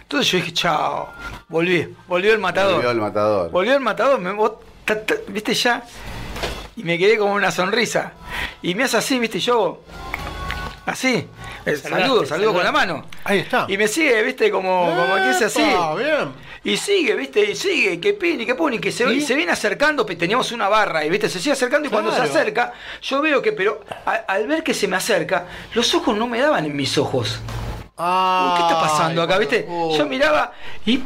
Entonces yo dije, chao. Volví, volvió el matador.
Volvió el matador.
Volvió el matador, me, vos- ta- ta- ¿viste ya? Y me quedé como una sonrisa. Y me hace así, ¿viste? Yo. Así. eh,
Saludaste,
saludo, saludo con
saludaste.
la mano.
Ahí está.
Y me sigue, ¿viste? Como, como que es así.
Ah, bien.
Y sigue, viste, y sigue, que pin y que pone, que se,
¿Y?
se viene acercando, pe- teníamos una barra, y viste, se sigue acercando y cuando
Claro.
se acerca, yo veo que, pero a- al ver que se me acerca, los ojos no me daban en mis ojos.
Ah,
¿Qué está pasando acá,
cuando-
viste?
oh.
Yo miraba y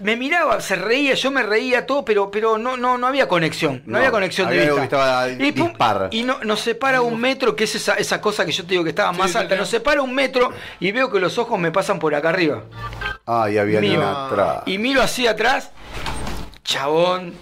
me miraba, se reía, yo me reía todo, pero, pero no, no, no había conexión, no,
No,
había conexión
había
de
algo
vista.
que estaba
y, pum,
dispar.
y no, nos separa un metro, que es esa, esa cosa que yo te digo que estaba más
sí,
alta,
sí.
nos separa un metro y veo que los ojos me pasan por acá arriba.
Ay, había
Mío.
alguien atrás.
Y miro así atrás, chabón.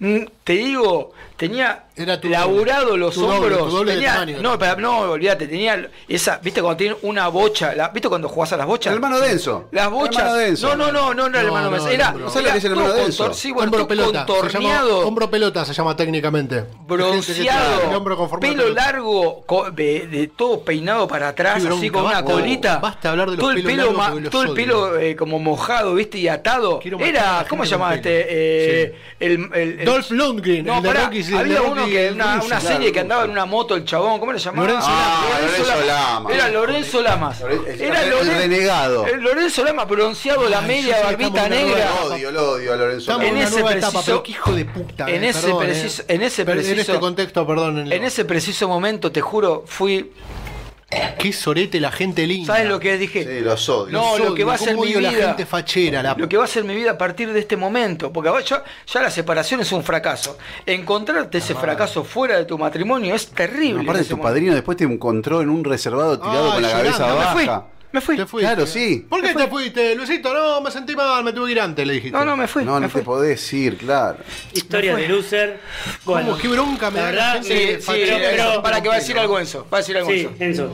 mm, Te digo, tenía laburado los
tu doble,
hombros.
tu doble de
tenía-
tamaño.
no, pero no, olvídate, tenía esa, viste cuando tiene una bocha, la- ¿viste cuando jugás a las bochas?
El hermano denso.
Las bochas.
El hermano denso.
No, no, no, no, era el
No,
hermano
no,
denso.
no,
Era,
no, no. ¿Sabes lo que es el
todo
hermano denso?
contor- sí, bueno,
hombro
todo
pelota. se llama
contorneado,
hombro pelota se llama técnicamente. El hombro
bronceado,
conforme a la
pelo
pelota.
largo, co- de, de todo peinado para atrás,
Qué
así
bronca,
con una
basta.
colita.
Basta hablar de los
todo el
pelos
pelo,
largos
ma-
porque los
todo el
odio.
pelo eh, como mojado, viste, y atado.
matar a la
Era,
gente
¿cómo se
con
llamaba
pelo.
este? Eh, el, el- el-
Dolph Lundgren,
No,
el de
pará,
Rocky, sí, el
había
de
uno
Rocky
que una,
ruso,
una
claro,
serie
ruso.
que andaba en una moto el chabón, ¿cómo le llamaba?
Lorenzo
Ah, Lamas. Lorenzo Lamas.
Era Lorenzo Lamas.
Lorenzo-
Era
el
Lorenzo-
renegado.
el Lorenzo Lamas bronceado,
Ah,
la media barbita negra.
Lo odio, lo odio a Lorenzo.
Estamos
Lamas.
en una nueva etapa, pero
qué hijo de puta.
En
eh,
ese
perdón, eh.
preciso- en ese
Pero En
preciso-
este contexto, perdón. En,
En ese preciso momento, te juro, fui.
Qué sorete la gente linda.
¿Sabes lo que dije?
Sí, los odio.
No,
Los
lo que va a
odio,
ser
cómo
mi
odio la
vida.
gente fachera, la-
Lo que va a ser mi vida a partir de este momento. Porque ahora ya, ya la separación es un fracaso. Encontrarte ese fracaso fuera de tu matrimonio es terrible. en
Aparte,
ese
tu
momento.
padrino después te encontró en un reservado tirado
Ay,
con la
llorando.
cabeza
Ah, Me fui.
baja.
Me fui.
Claro, sí.
¿Por qué te fuiste, Luisito? No, me sentí mal, me tuve que ir antes, le dijiste.
No, no, me fui.
No,
me
no
fui.
te podés ir, claro.
Historia de loser. Bueno,
qué bronca me
la
da la
verdad,
gente
me-
que
sí,
fachera,
pero-
eso,
Para que va a decir algo Enzo. Va a decir algo
Sí,
Enzo.
Enzo.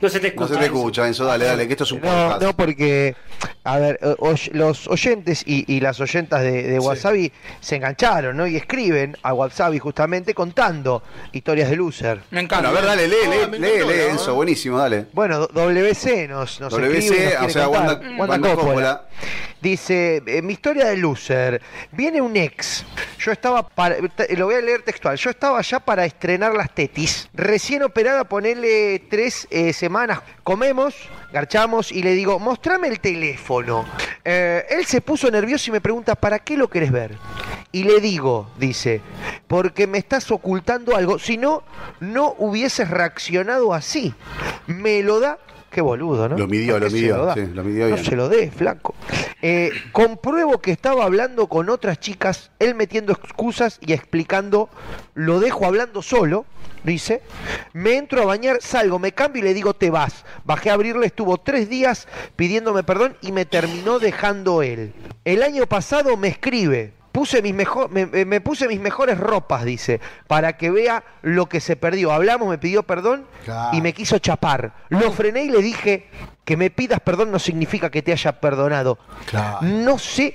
No se
No
te escucha.
se te escucha, Enzo, dale, dale, que esto es un
No,
podcast.
no, porque, a ver, o- oy- los oyentes y, y las oyentas de, de Wasabi se engancharon, ¿no? Y escriben a Wasabi justamente contando historias de loser.
Me
Bueno,
encanta.
a ver, dale, lee,
Ah,
lee,
me
lee,
encantó,
lee,
¿no?
Enzo, buenísimo, dale.
Bueno, do- WC nos, nos
WC,
escribe, nos
o
quiere
sea,
contar.
Wanda- Wanda Coppola.
Dice, eh, mi historia de loser. Viene un ex. Yo estaba para... te- Lo voy a leer textual. Yo estaba ya para estrenar las tetis. Recién operada, ponele tres eh, semanas. Comemos, garchamos y le digo, mostrame el teléfono. Eh, él se puso nervioso y me pregunta, ¿para qué lo querés ver? Y le digo, dice, porque me estás ocultando algo. Si no, no hubieses reaccionado así. Me lo da. Qué boludo, ¿no?
Lo midió, lo
Se
midió,
da.
sí, lo midió
No
bien.
se lo dé, flaco. Eh, compruebo que estaba hablando con otras chicas, él metiendo excusas y explicando, lo dejo hablando solo, dice. Me entro a bañar, salgo, me cambio y le digo, te vas. Bajé a abrirle, estuvo tres días pidiéndome perdón y me terminó dejando él. El año pasado me escribe. Puse mis mejo- me, me- me puse mis mejores ropas, dice, para que vea lo que se perdió. Hablamos, me pidió perdón y me quiso chapar. Lo frené y le dije que me pidas perdón no significa que te haya perdonado. No sé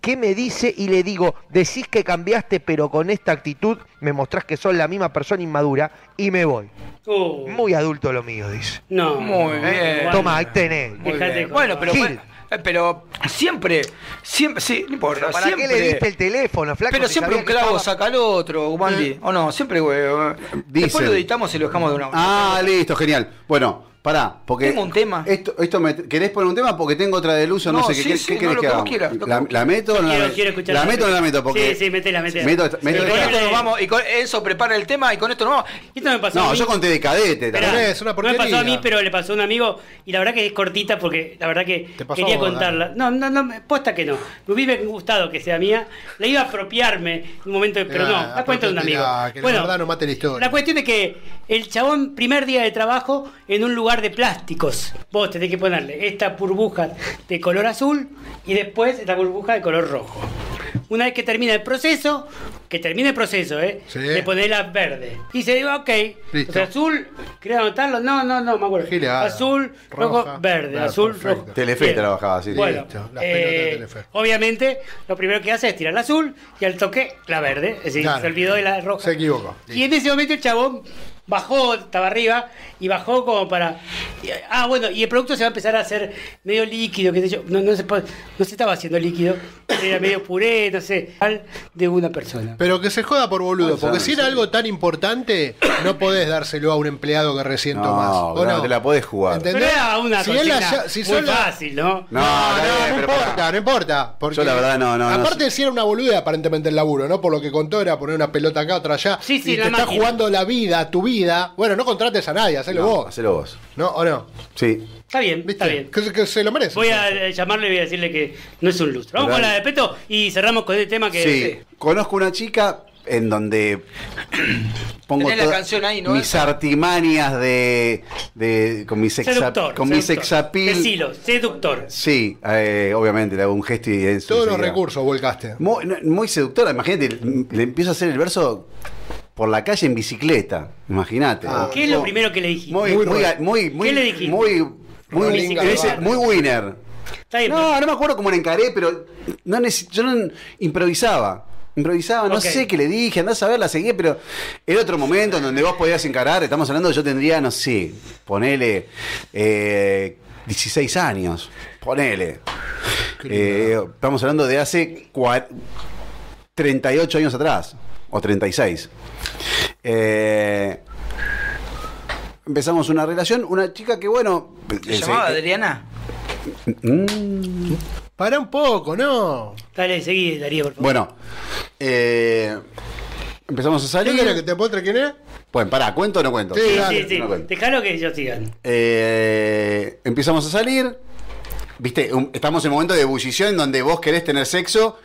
qué me dice y le digo, decís que cambiaste, pero con esta actitud me mostrás que sos la misma persona inmadura y me voy.
Uh,
Muy adulto lo mío, dice.
no.
Muy bien.
Toma, ahí tenés.
Muy
Dejate
bien.
con-
Bueno, pero,
Gil.
eh, pero siempre, siempre, sí, no importa.
¿Para
siempre,
qué le diste el teléfono, flaco?
Pero
si
siempre
sabía
un
que
clavo
estaba-
saca al otro, Gumandi. O no, siempre, güey. eh, Después
Dicen.
lo editamos y lo dejamos de una vez.
Ah, listo, genial. Bueno, pará, porque.
Tengo un tema.
Esto, esto me- ¿Querés poner un tema? Porque tengo otra de luz o no,
No,
sé qué,
sí,
qué,
sí,
qué
no,
querés
lo
que
que vos
hagamos?
quieras, lo que
¿La,
vos
la meto o no la
Quiero,
meto?
quiero escuchar
¿La meto o no la meto? Porque.
Sí, sí, metela, metela.
Meto esta- meto
Y con
esta.
esto nos vamos, y con Enzo prepara el tema y con esto nos vamos.
Esto me pasó a
No,
mí.
yo conté de cadete, tal
Esperá,
vez.
es una
no me pasó
porquería.
a mí, pero le pasó a un amigo y la verdad que es cortita porque la verdad que
Te pasó
quería
a vos,
contarla. No, no, no, posta que no. Me hubiera gustado que sea mía. La iba a apropiarme en un momento, pero no, la cuento de un amigo.
Ah, Que la
Bueno,
verdad no mate la historia.
la cuestión es que el chabón, primer día de trabajo, en un lugar de plásticos. Vos tenés que ponerle esta burbuja de color azul y después esta burbuja de color rojo. Una vez que termina el proceso, que termine el proceso, ¿eh?
Sí.
Le ponés la verde. Y se digo, ok.
Listo.
O sea, azul, ¿querés anotarlo? No, no, no, me acuerdo.
Gileada.
Azul, rojo,
Roja,
verde.
verde,
azul,
perfecto.
rojo.
Telefe
Bien.
trabajaba así.
Bueno,
Listo, las
eh,
pelotas de Telefe.
obviamente, lo primero que hace es tirar la azul y al toque la verde. Es decir,
Claro.
se olvidó de la roja.
Se equivocó.
Y en ese momento el chabón bajó, estaba arriba, y bajó como para. y- Ah, bueno, y el producto se va a empezar a hacer medio líquido, qué sé yo. No, no, se, po- no se estaba haciendo líquido, era medio puré, no sé, al de una persona.
Pero que se joda por boludo,
Puede
porque
ser,
si era
sí.
algo tan importante, no podés dárselo a un empleado que recién
No,
tomás. ¿o
claro,
no?
te la podés jugar.
Pero
¿Entendés?
era una
Si él la
consigna
ya- si
muy
son la-
fácil, ¿no?
No,
No, no,
dale,
no,
pero
importa,
pará.
no importa. Porque
Yo la verdad no, no, no.
Aparte si era una boluda aparentemente el laburo, ¿no? Por lo que contó era poner una pelota acá, otra allá.
Sí, sí,
y
la
te está
máquina.
jugando la vida, tu vida. Bueno, no contrates a nadie, hacelo
No,
vos.
Hacelo vos.
¿No? ¿O no?
Sí.
Está bien,
¿Viste?
está bien.
Que, que se lo merece.
Voy a eh, llamarle y voy a decirle que no es un lustro. Vamos
Dale.
con la de Peto y cerramos con el tema que.
Sí. Conozco una chica en donde pongo
Tenés la
toda-
canción ahí, ¿no?
mis
Esa.
artimañas de, de con mi sexa-
Seductor.
con mi sexapil.
Decilo, seductor.
Sí, eh, obviamente le hago un gesto y eso.
Todos los
enseguida.
recursos volcaste.
Muy, no, muy seductora, imagínate, le- le empiezo a hacer el verso por la calle en bicicleta, imagínate.
Ah.
¿Qué es lo primero que le dijiste?
Muy, muy, muy, muy,
¿Qué le dijiste?
muy, muy,
Rolling
ese-
Gabbard.
muy winner. no, no me acuerdo cómo la encaré, pero no neces- yo no improvisaba. Improvisaba, no
Ok.
sé qué le dije, andás a ver, la seguí, pero era otro momento en donde vos podías encarar, estamos hablando, yo tendría, no sé, ponele eh, 16 años, ponele. Eh, estamos hablando de hace cua- 38 años atrás, o 36. Eh, empezamos una relación, una chica que, bueno... eh,
¿Te llamaba Adriana?
Mm.
Pará un poco, ¿no?
Dale, seguí, Darío, por favor.
Bueno, eh, empezamos a salir.
¿Quién era que te postre quién es?
Bueno, pará, ¿cuento o no cuento?
Sí, sí, sí.
No cuento.
Dejalo que ellos sigan.
Eh, empezamos a salir. Viste, un- estamos en un momento de ebullición en donde vos querés tener sexo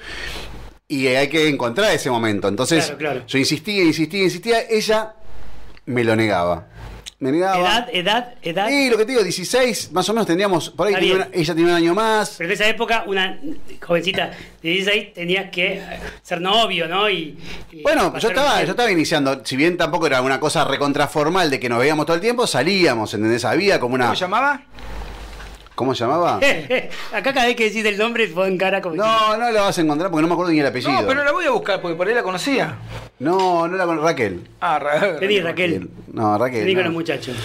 y hay que encontrar ese momento. Entonces,
Claro, claro.
yo insistía, insistía, insistía. Ella me lo negaba. Me negaba.
Edad, edad, edad.
Y lo que te digo, 16, más o menos teníamos. Por ahí
Está
tenía
bien.
una- ella tenía un año más.
Pero en esa época, una jovencita de 16 tenías que eh, ser novio, ¿no? Y, y
Bueno, yo
pasar
estaba,
un-
yo estaba iniciando, si bien tampoco era una cosa recontraformal de que nos veíamos todo el tiempo, salíamos, ¿entendés? Había como una. ¿Cómo
llamaba?
¿Cómo se llamaba?
Eh, eh, Acá cada vez que decís el nombre, pon cara como.
No, no la vas a encontrar porque no me acuerdo ni el apellido.
No, pero la voy a buscar porque por ahí la conocía.
No, no la con Raquel.
Ah, Ra-
Vení, Raquel.
No, Raquel.
Vení con
no.
los muchachos.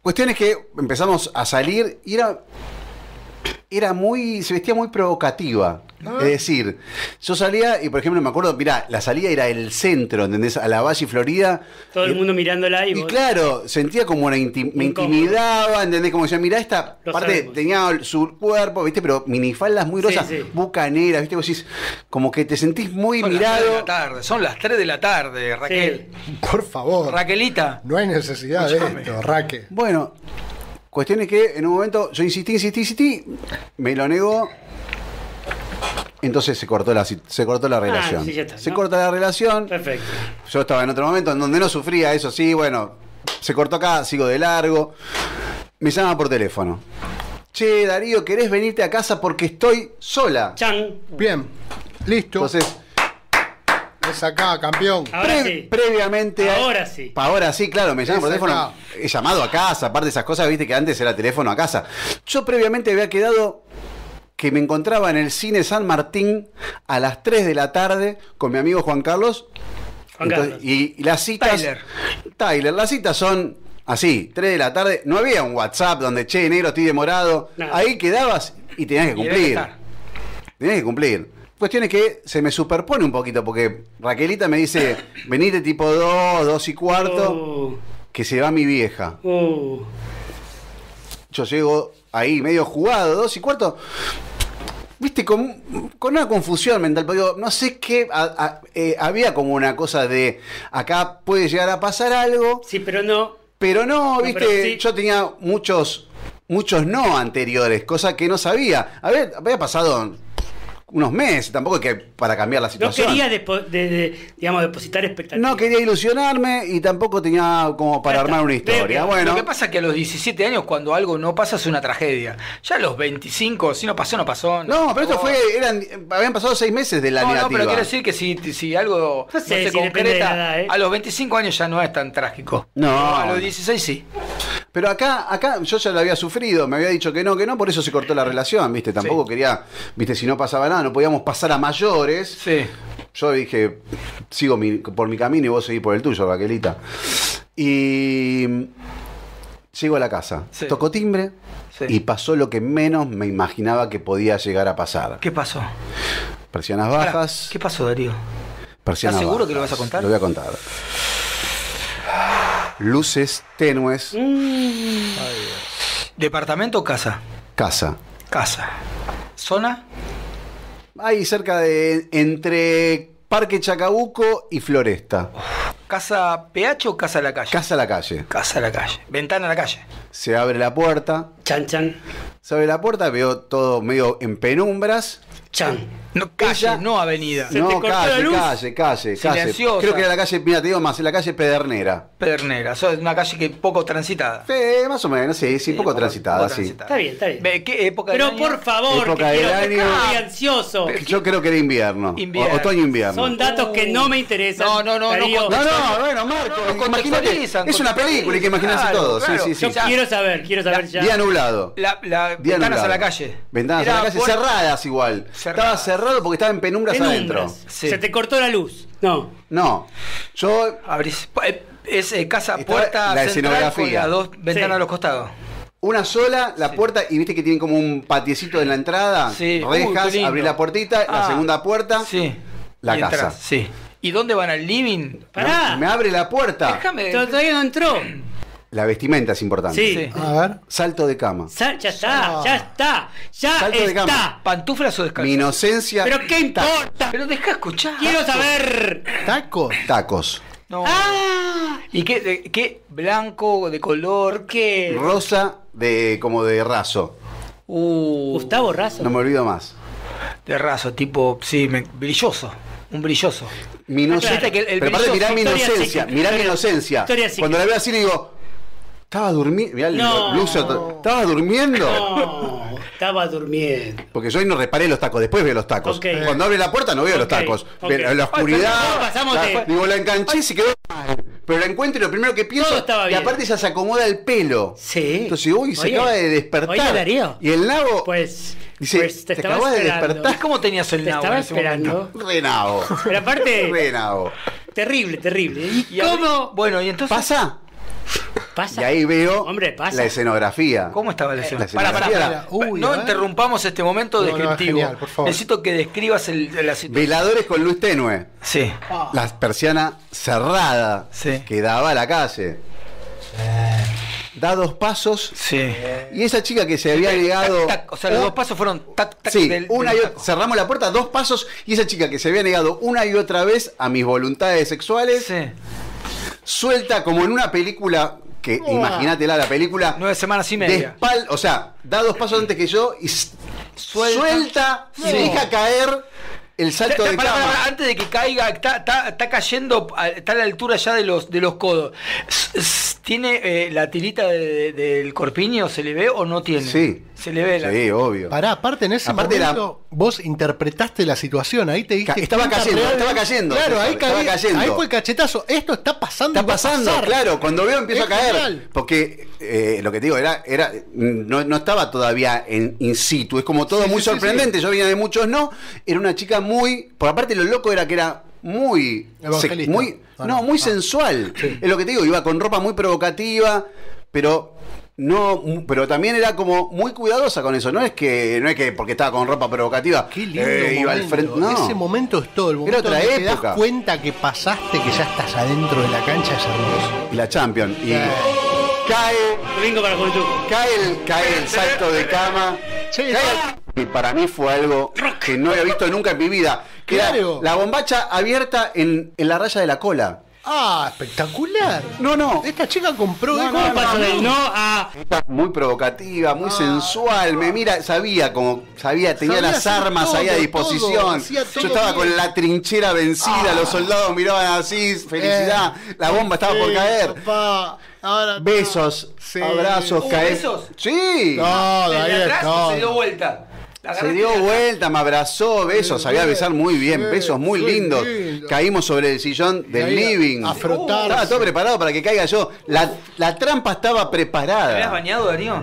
Cuestión es que empezamos a salir y era. Era muy. se vestía muy provocativa. Es decir, yo salía y por ejemplo me acuerdo, mirá, la salida era el centro, ¿entendés? A la Valle y Florida. Eh,
Todo el
Y-
mundo mirándola y,
Y
vos-
claro, sentía como una inti- me
Incómodo.
intimidaba, ¿entendés? Como decía, mirá esta
Lo
parte,
sabemos.
tenía su cuerpo, ¿viste? Pero minifaldas muy
Sí,
rosas,
sí.
bucaneras, ¿viste? Vos decís, como que te sentís muy
Son las tres de
mirado.
la tarde, son las 3 de la tarde, Raquel.
Por favor.
Raquelita.
No hay necesidad de esto, Raque.
Bueno, cuestión es que en un momento yo insistí, insistí, insistí, me lo negó. Entonces se cortó la, sit- se cortó la relación.
Ah, sí, ya está,
se
¿no?
corta la relación.
Perfecto.
Yo estaba en otro momento en donde no sufría eso, sí, bueno, se cortó acá, sigo de largo. Me llama por teléfono. Che, Darío, ¿querés venirte a casa porque estoy sola?
Chan.
Bien, listo.
Entonces,
Es acá, campeón.
pre- previamente.
Ahora sí.
Pa- Ahora sí, claro, me llama por
Es
teléfono.
acá.
He llamado a casa, aparte de esas cosas, viste que antes era teléfono a casa. Yo previamente había quedado que me encontraba en el cine San Martín a las 3 de la tarde con mi amigo Juan Carlos.
Juan Carlos.
Y, y las citas. Tyler. las citas son así, 3 de la tarde. No había un WhatsApp donde, che, negro, estoy demorado.
No.
Ahí quedabas y tenías que
Y debe
cumplir.
estar.
Tenías que cumplir. Cuestión es que se me superpone un poquito, porque Raquelita me dice, venite tipo 2, 2 y cuarto,
Oh.
que se va mi vieja.
Uh,
Yo llego ahí medio jugado, 2 y cuarto. Viste, con, con una confusión mental, porque digo, no sé qué, a- a- eh, había como una cosa de, acá puede llegar a pasar algo,
sí, pero no.
pero no,
No,
viste,
pero sí.
yo tenía muchos, muchos no anteriores, cosa que no sabía. A ver, había pasado unos meses, tampoco es que para cambiar la
No
situación.
quería, depo- de- de- digamos, depositar expectativas.
No quería ilusionarme y tampoco tenía como para
Ya está.
armar una historia.
Veo que-
bueno,
Lo que pasa es que a los 17 años, cuando algo no pasa, es una tragedia. Ya a los 25, si no pasó, no pasó.
no, pero esto fue, eran, habían pasado seis meses de la
no, no,
negativa.
pero quiero decir que si, si algo no, se
sé si depende de
concreta,
la edad, ¿eh?
a los 25 años ya no es tan trágico.
No.
A los 16 sí.
Pero acá, acá yo ya lo había sufrido, me había dicho que no, que no, por eso se cortó la relación, ¿viste? Tampoco quería, ¿viste? Si no pasaba nada, no podíamos pasar a mayores.
Sí.
Yo dije, sigo mi- por mi camino y vos seguís por el tuyo, Raquelita. Y llego a la casa,
Sí.
tocó timbre
Sí.
y pasó lo que menos me imaginaba que podía llegar a pasar.
¿Qué pasó?
Persianas
Pará,
bajas.
¿Qué pasó, Darío?
Persianas
¿Estás seguro que lo
bajas.
vas a contar?
Lo voy a contar. Luces tenues,
Mm. ¿Departamento o casa?
casa.
Casa. ¿Zona?
Ahí cerca de. entre Parque Chacabuco y Floresta.
¿Casa PH o casa a la calle?
Casa a la calle.
Casa a la calle. Ventana a la calle.
Se abre la puerta.
Chan, chan.
Se abre la puerta, veo todo medio en penumbras.
Chan.
No, calle, no avenida.
No, calle, calle, calle, calle.
Silenciosa.
Creo que era la calle, mira, te digo más, en la calle Pedernera.
Pedernera, eso es una calle que poco transitada.
Eh, más o menos, sí, sí, poco, transitada, sí.
Está bien, está bien.
¿Qué época
Pero por favor,
Época
que
del
quiero-
año.
estoy ansioso.
Yo creo que era invierno.
Invierno.
O- Otoño-invierno.
Son datos que no me interesan.
No, no, no, no
Darío.
contextualizan.
No, no, bueno, Marco,
No, no,
imagínate,
contextualizan,
es una
contextualizan.
película, hay que imaginarse todo, sí, sí, sí.
Yo
Ya.
quiero saber, quiero saber ya.
Día nublado.
La,
Día
la ventanas
nublado.
a la calle.
Ventanas
Era
a la calle,
por-
cerradas igual. Estaba cerrado porque estaba en penumbras, adentro.
Penumbras. Se te cortó la luz. No.
No. Yo.
Abrís. eh, Es eh, casa,
Estaba
puerta,
la
central con
escenografía.
las dos ventanas
Sí.
a los costados.
Una sola, la puerta, y viste que tienen como un patiecito en la entrada.
Sí. Uy,
Rejas,
qué lindo.
abrir la puertita,
Ah.
la segunda puerta.
Sí.
La
Y
casa.
entras, sí. ¿Y dónde van al living?
Me, me abre la puerta.
Déjame.
Todavía no entró.
La vestimenta es importante.
Sí. Sí.
A ver. Salto de cama.
Sa- ya está, ya está, ya
Salto de
está.
cama.
¿Pantuflas o descalzo?
Mi inocencia.
Pero qué importa.
Pero deja escuchar.
Quiero saber. Ah.
Tacos. Tacos.
No. ¿Y qué, de- qué blanco de color? ¿Qué?
Rosa de como de raso.
Uh,
Gustavo Razo.
No me olvido más.
De raso, tipo, sí, me- brilloso. Un brilloso.
Ah,
Mi inocencia.
Viste que el- el
Pero aparte, mirá
brilloso-
mi
Victoria's
inocencia.
Secret.
Mirá mi
Victoria's-
inocencia.
Victoria's
Cuando la
Secret.
veo así le digo, estaba durmiendo. Mirá el
No.
lucio. Estaba durmiendo.
No, estaba durmiendo.
Porque yo ahí no reparé los tacos, después veo los tacos.
Ok.
Cuando abre la puerta no veo los
Ok,
tacos.
ok.
Pero en la
Ay, pero
oscuridad.
no, pasamos
la-
de-
Digo, la enganché y se quedó mal. Pero la encuentro y lo primero que pienso.
Todo estaba
Y
bien.
aparte ella se acomoda el pelo.
Sí.
Entonces, uy, se
Oye,
acaba de despertar.
oye, Darío.
Y el nabo.
Pues,
Dice,
pues te,
te
estaba
acabas de
esperando.
despertar.
¿Cómo tenías el
Te
nabo
estaba
en ese
esperando.
momento?
Renabo.
Pero aparte,
Renabo.
terrible, terrible. ¿Y
Y abrí-
cómo?
Bueno, y entonces.
¿Pasa?
Pasa.
Y ahí veo
Hombre, pasa.
la escenografía.
¿Cómo estaba la escena?
La escenografía era-
no interrumpamos este momento
No, no,
descriptivo.
genial, por favor.
Necesito que describas el- la situación.
Veladores con luz tenue.
Sí.
La persiana cerrada que daba a la calle. Da dos pasos.
Sí.
Y esa chica que se había negado.
Tac, tac, o sea, los
un-
dos pasos fueron tac, tac
oh. Sí,
del-
una
del
y
taco.
otra- cerramos la puerta, dos pasos, y esa chica que se había negado una y otra vez a mis voluntades sexuales, suelta como en una película, que
Uah.
imagínatela la película,
Nueve semanas y
de
media.
espal- o sea, da dos pasos antes que yo y s- suelta, y
No.
deja caer el salto
Ta- ta-
de
Eh, pará,
cama.
pará, antes de que caiga, está, está- está cayendo, a- está a la altura ya de los, de los codos. S- s- ¿Tiene eh, la tirita de- de- del corpiño? ¿Se le ve o no tiene?
Sí.
Se le ve la.
Sí, obvio.
Pará, aparte en ese
Aparte la-
momento Ah, vos interpretaste la situación, ahí te
Ca-
diste.
estaba
cuenta
cayendo,
real-
estaba cayendo,
Claro, ahí
estaba
caí-
cayendo.
Ahí fue el cachetazo. Esto está pasando.
Está
y va a
pasando,
pasar.
claro. Cuando veo empiezo
Es
a caer.
genial.
Porque eh, lo que te digo era, era no, no estaba todavía en in situ. Es como todo
Sí,
muy
sí, sí,
sorprendente.
sí.
Yo venía de muchos no. Era una chica muy. Por aparte, lo loco era que era muy.
Evangelista.
muy
Ah,
no,
no.
muy sensual. Es lo que te digo. Iba con ropa muy provocativa, pero. No, mu- pero también era como muy cuidadosa con eso. No es que, no es que porque estaba con ropa provocativa.
Qué lindo
eh, iba al
momento.
frente. No.
Ese momento es todo el momento.
otra
donde Te
época.
das cuenta que pasaste, que ya estás adentro de la cancha, es hermoso.
Y la Champion. Y cae.
Domingo para Coyuco.
Cae el, cae el salto de cama. Cae el- Y para mí fue algo que no había visto nunca en mi vida. Que era
Claro.
la bombacha abierta en, en la raya de la cola.
Ah, espectacular.
No, no.
Esta chica compró. ¿eh?
¿Cómo pasó del no a
ah, Muy provocativa, muy sensual. Me mira, sabía como, sabía, tenía
Ah, Sabía
las
hacer
armas
todo,
ahí a
todo,
disposición.
hacía todo
Yo estaba
bien. Ah.
con la trinchera vencida, los soldados miraban así, felicidad.
Eh.
la bomba estaba por caer. Besos, abrazos,
¿Hubo
caer.
besos?
Sí.
No,
Desde
David,
atrás
no.
se dio vuelta. La
Se
agarraste
dio
de atrás. Uh,
vuelta, me abrazó, besos, sabía besar muy bien, besos muy
muy
lindos.
lindo.
Caímos sobre el sillón del
ahí a-
living.
a frotarse.
Estaba todo preparado para que caiga yo. La, la trampa estaba
¿Te habías
preparada.
bañado, Darío?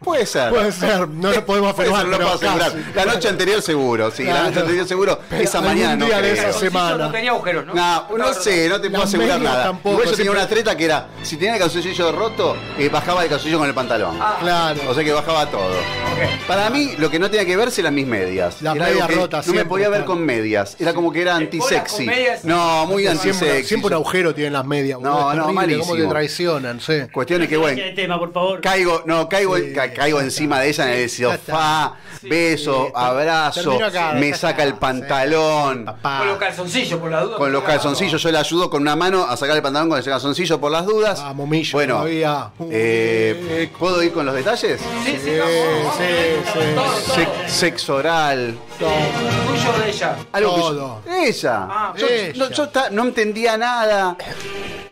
Puede ser.
Puede ser, no lo podemos
Puede ser,
afirmar.
no lo puedo
pero
asegurar.
casi.
La noche anterior seguro, sí, la
Claro.
noche anterior seguro.
Pero
esa
algún
mañana no
día de
creo.
esa semana.
No tenía agujeros, ¿no?
Nah, No, sé, no te puedo
Las
asegurar
medias
nada.
tampoco,
Igual yo tenía
siempre-
una treta que era, si tenía el calzoncillo roto, eh, bajaba el calzoncillo con el pantalón.
Ah,
Claro.
Ah, O sea que bajaba todo. Para mí, lo que no tenía que verse eran mis medias.
Las
Era algo
medias
que
rotas
No me
siempre
podía ver
están.
con medias. Era como que era antisexy.
Eh, con medias.
No, muy
Siempre,
antisexy.
siempre un agujero tienen las medias. boludo,
No,
es
no,
terrible,
malísimo.
Cómo te traicionan, sí.
Cuestiones que,
Cambia
bueno,
de tema, por favor.
caigo, no, caigo, ca- caigo encima de ella en el sofá, beso, abrazo,
Termino acá, ya
me
está.
saca el pantalón.
Con los calzoncillos, por la duda.
Con los calzoncillos, yo le ayudo con una mano a sacar el pantalón con el calzoncillo por las dudas.
Ah,
bueno, eh, ¿puedo ir con los detalles?
Sí, sí, vamos,
sí,
vamos, todo, todo.
Sex- sexo oral.
Tuyo de ella.
Algo que yo- ella.
Ah,
Yo- No, yo ta- no entendía nada.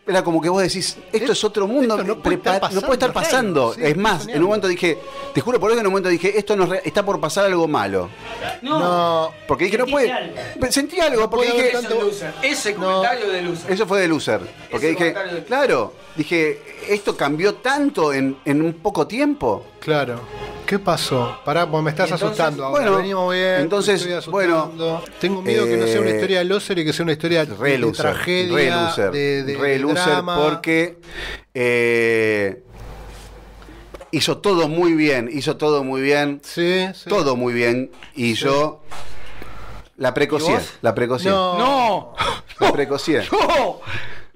Era como que vos decís, esto es otro mundo, prepara- no puede estar pasando.
sí,
es más, en un momento dije, te juro por Dios que en un momento dije, esto nos re- está por pasar algo malo.
No.
Porque dije, no puede. Pe- Sentí algo, porque
Puede
dije.
haber tanto- Ese comentario de Luz.
Eso fue de loser. Porque
Ese
dije,
comentario de-
claro, dije, esto cambió tanto en, en un poco tiempo.
Claro. ¿Qué pasó? Pará, vos me estás
Y entonces,
asustando ahora.
bueno,
Venimos bien.
entonces,
te estoy asustando. Tengo miedo que no sea una
eh,
historia de loser y que sea una historia
Re
de
loser.
tragedia.
re loser.
De, de-
re
de
loser
drama.
porque eh, hizo todo muy bien. Hizo todo muy bien. Todo muy bien. Y yo la precocié.
¿Y vos?
La precocié.
No.
La precocié.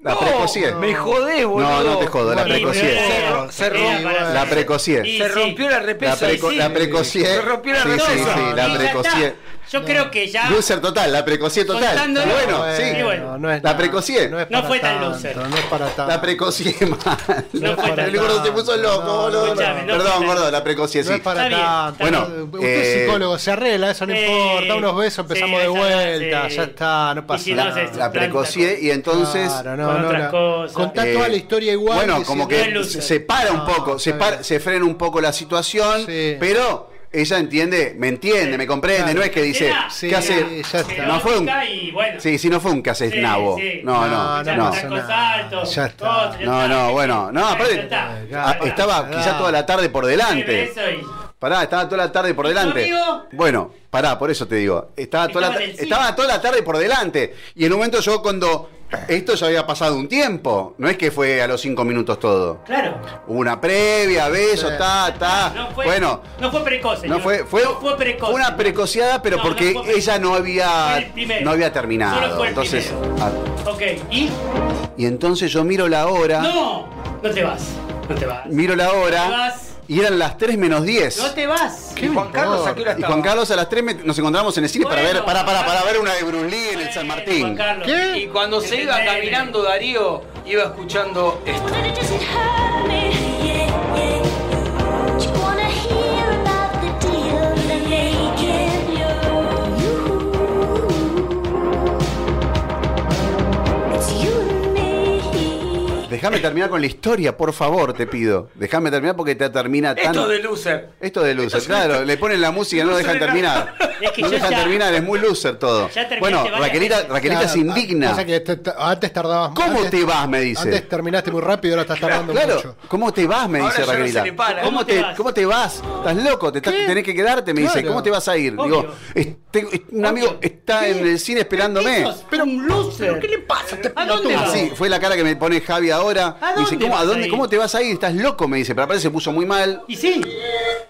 No.
La precocié.
Me jodés, boludo. eh,
No, no te jodo, la precocié.
Se, se rompió.
La precocié.
Se rompió la
La,
repesa.
preco-
sí.
la precocié.
Se rompió la
Sí,
repesa.
sí, sí,
Y
la
ya
precocié.
está. Yo creo que ya.
Loser total, la precocié total.
Soltándolo.
Bueno, sí.
Y bueno.
no es la precocié. No,
No fue tan loser.
No es para tanto.
La precocié mal.
No fue tan
El gordo te puso loco, boludo.
escuchame, no
Perdón,
fue
gordo, la precocié sí.
No es para Está bien, tanto.
Bueno,
Usted es
eh,
psicólogo, se arregla, eso no importa. Unos besos, empezamos de vuelta. Ya está, no pasa
la,
nada.
la precocié y entonces.
Claro, no, no, la- Contá
Eh,
toda la historia igual.
Bueno,
decir,
como
no es
que
loser.
se se para un poco, se, para- se frena un poco la situación, pero ella entiende, me entiende, me comprende,
Claro.
no es que dice,
Era,
¿qué
sí,
hace?
ya está.
No fue un.
Y bueno.
Sí, sí, no fue un que haces
Sí,
nabo.
sí.
No, no,
Ya
no.
está, tacos altos,
Ya
todo, ya
No,
está.
no, bueno, no,
Ya
aparte.
está.
ah, Estaba quizá toda la tarde por delante.
Beso y-
Pará, estaba toda la tarde por
¿Y tu
delante.
amigo?
Bueno, pará, por eso te digo. Estaba toda, la,
Estaba en el cine.
estaba toda la tarde por delante. Y en un momento yo cuando. Esto ya había pasado un tiempo. No es que fue a los cinco minutos todo.
Claro.
Hubo una previa, beso,
Sí.
ta, ta.
No fue,
bueno,
No fue precoz.
no
señor.
fue, fue,
No fue precoz.
una precociada, pero
No, no
porque
fue
ella no
Fue el
había,
primero.
no había
Solo
terminado.
fue el
Entonces, ah,
Ok, ¿y?
y entonces yo miro la hora,
No, no te vas. No te vas.
miro la
No te
hora
vas.
y eran las 3 menos 10.
No te vas.
Y Juan Carlos, ¿a Y Juan Carlos a las 3 me- nos encontramos en el cine para
Bueno,
ver para, para,
Juan
para ver una de Brunlí en el
Eh,
San Martín.
¿Qué? Y cuando se iba caminando Darío, iba escuchando esto.
Déjame terminar con la historia, por favor, te pido. Déjame terminar porque te termina tan
Esto de loser.
Esto de loser, claro, le ponen la música y no lo dejan terminar.
Es que
no
yo
dejan
ya-
terminar, es muy loser todo.
Ya terminaste
Bueno,
varias
Raquelita,
veces.
Raquelita
Claro,
se indigna.
pasa que te- te- antes tardabas
¿Cómo
antes-
te vas? me dice.
Antes terminaste muy rápido, ahora estás tardando
claro,
mucho.
¿cómo te vas? me
Ahora
dice
ya no
Raquelita.
se le para,
¿Cómo,
¿cómo
te,
te vas?
¿Cómo te vas? ¿Estás loco? Te estás- tenés que quedarte, me dice.
Claro.
¿Cómo te vas a ir? Digo, es- tengo- es- un amigo está en el cine esperándome.
Pero un loser. ¿Qué le pasa? ¿A dónde vas?
Así, fue la cara que me pone Javi ahora.
¿A
dice,
dónde
¿cómo,
vas
¿a
a
dónde,
ir?
¿cómo te vas a ir? Estás loco, me dice. Pero aparte se puso muy mal.
Y sí.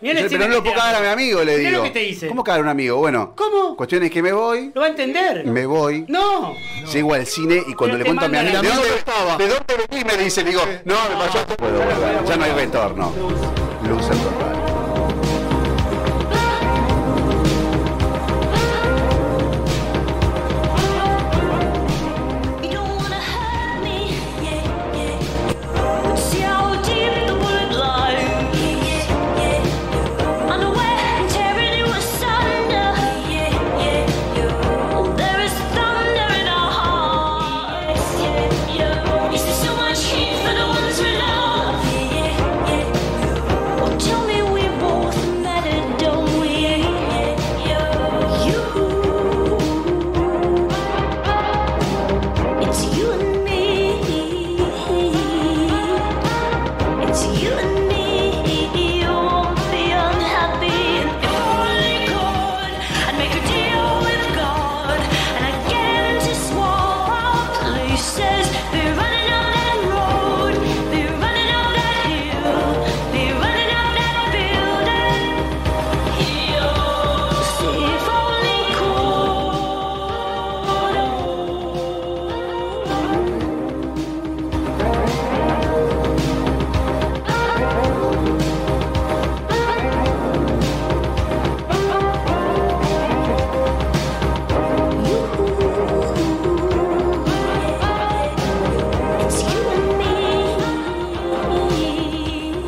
Mirá el
Dice,
cine
pero no
que
lo
te
puedo cagar a
hago.
mi amigo, le
Mirá
digo.
lo que te dice.
¿Cómo cagar a un amigo? Bueno,
¿Cómo?
cuestión es que me voy.
¿Lo va a entender?
Me voy.
No.
Llego al cine y cuando
Pero
le
te
cuento a mi amigo,
manda la
¿de dónde,
mierda.
estaba? ¿de dónde venís? Me dice, digo, no, me pasó. esto. Puedo volver, ya no hay retorno. Loser total.
Tell me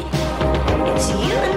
you and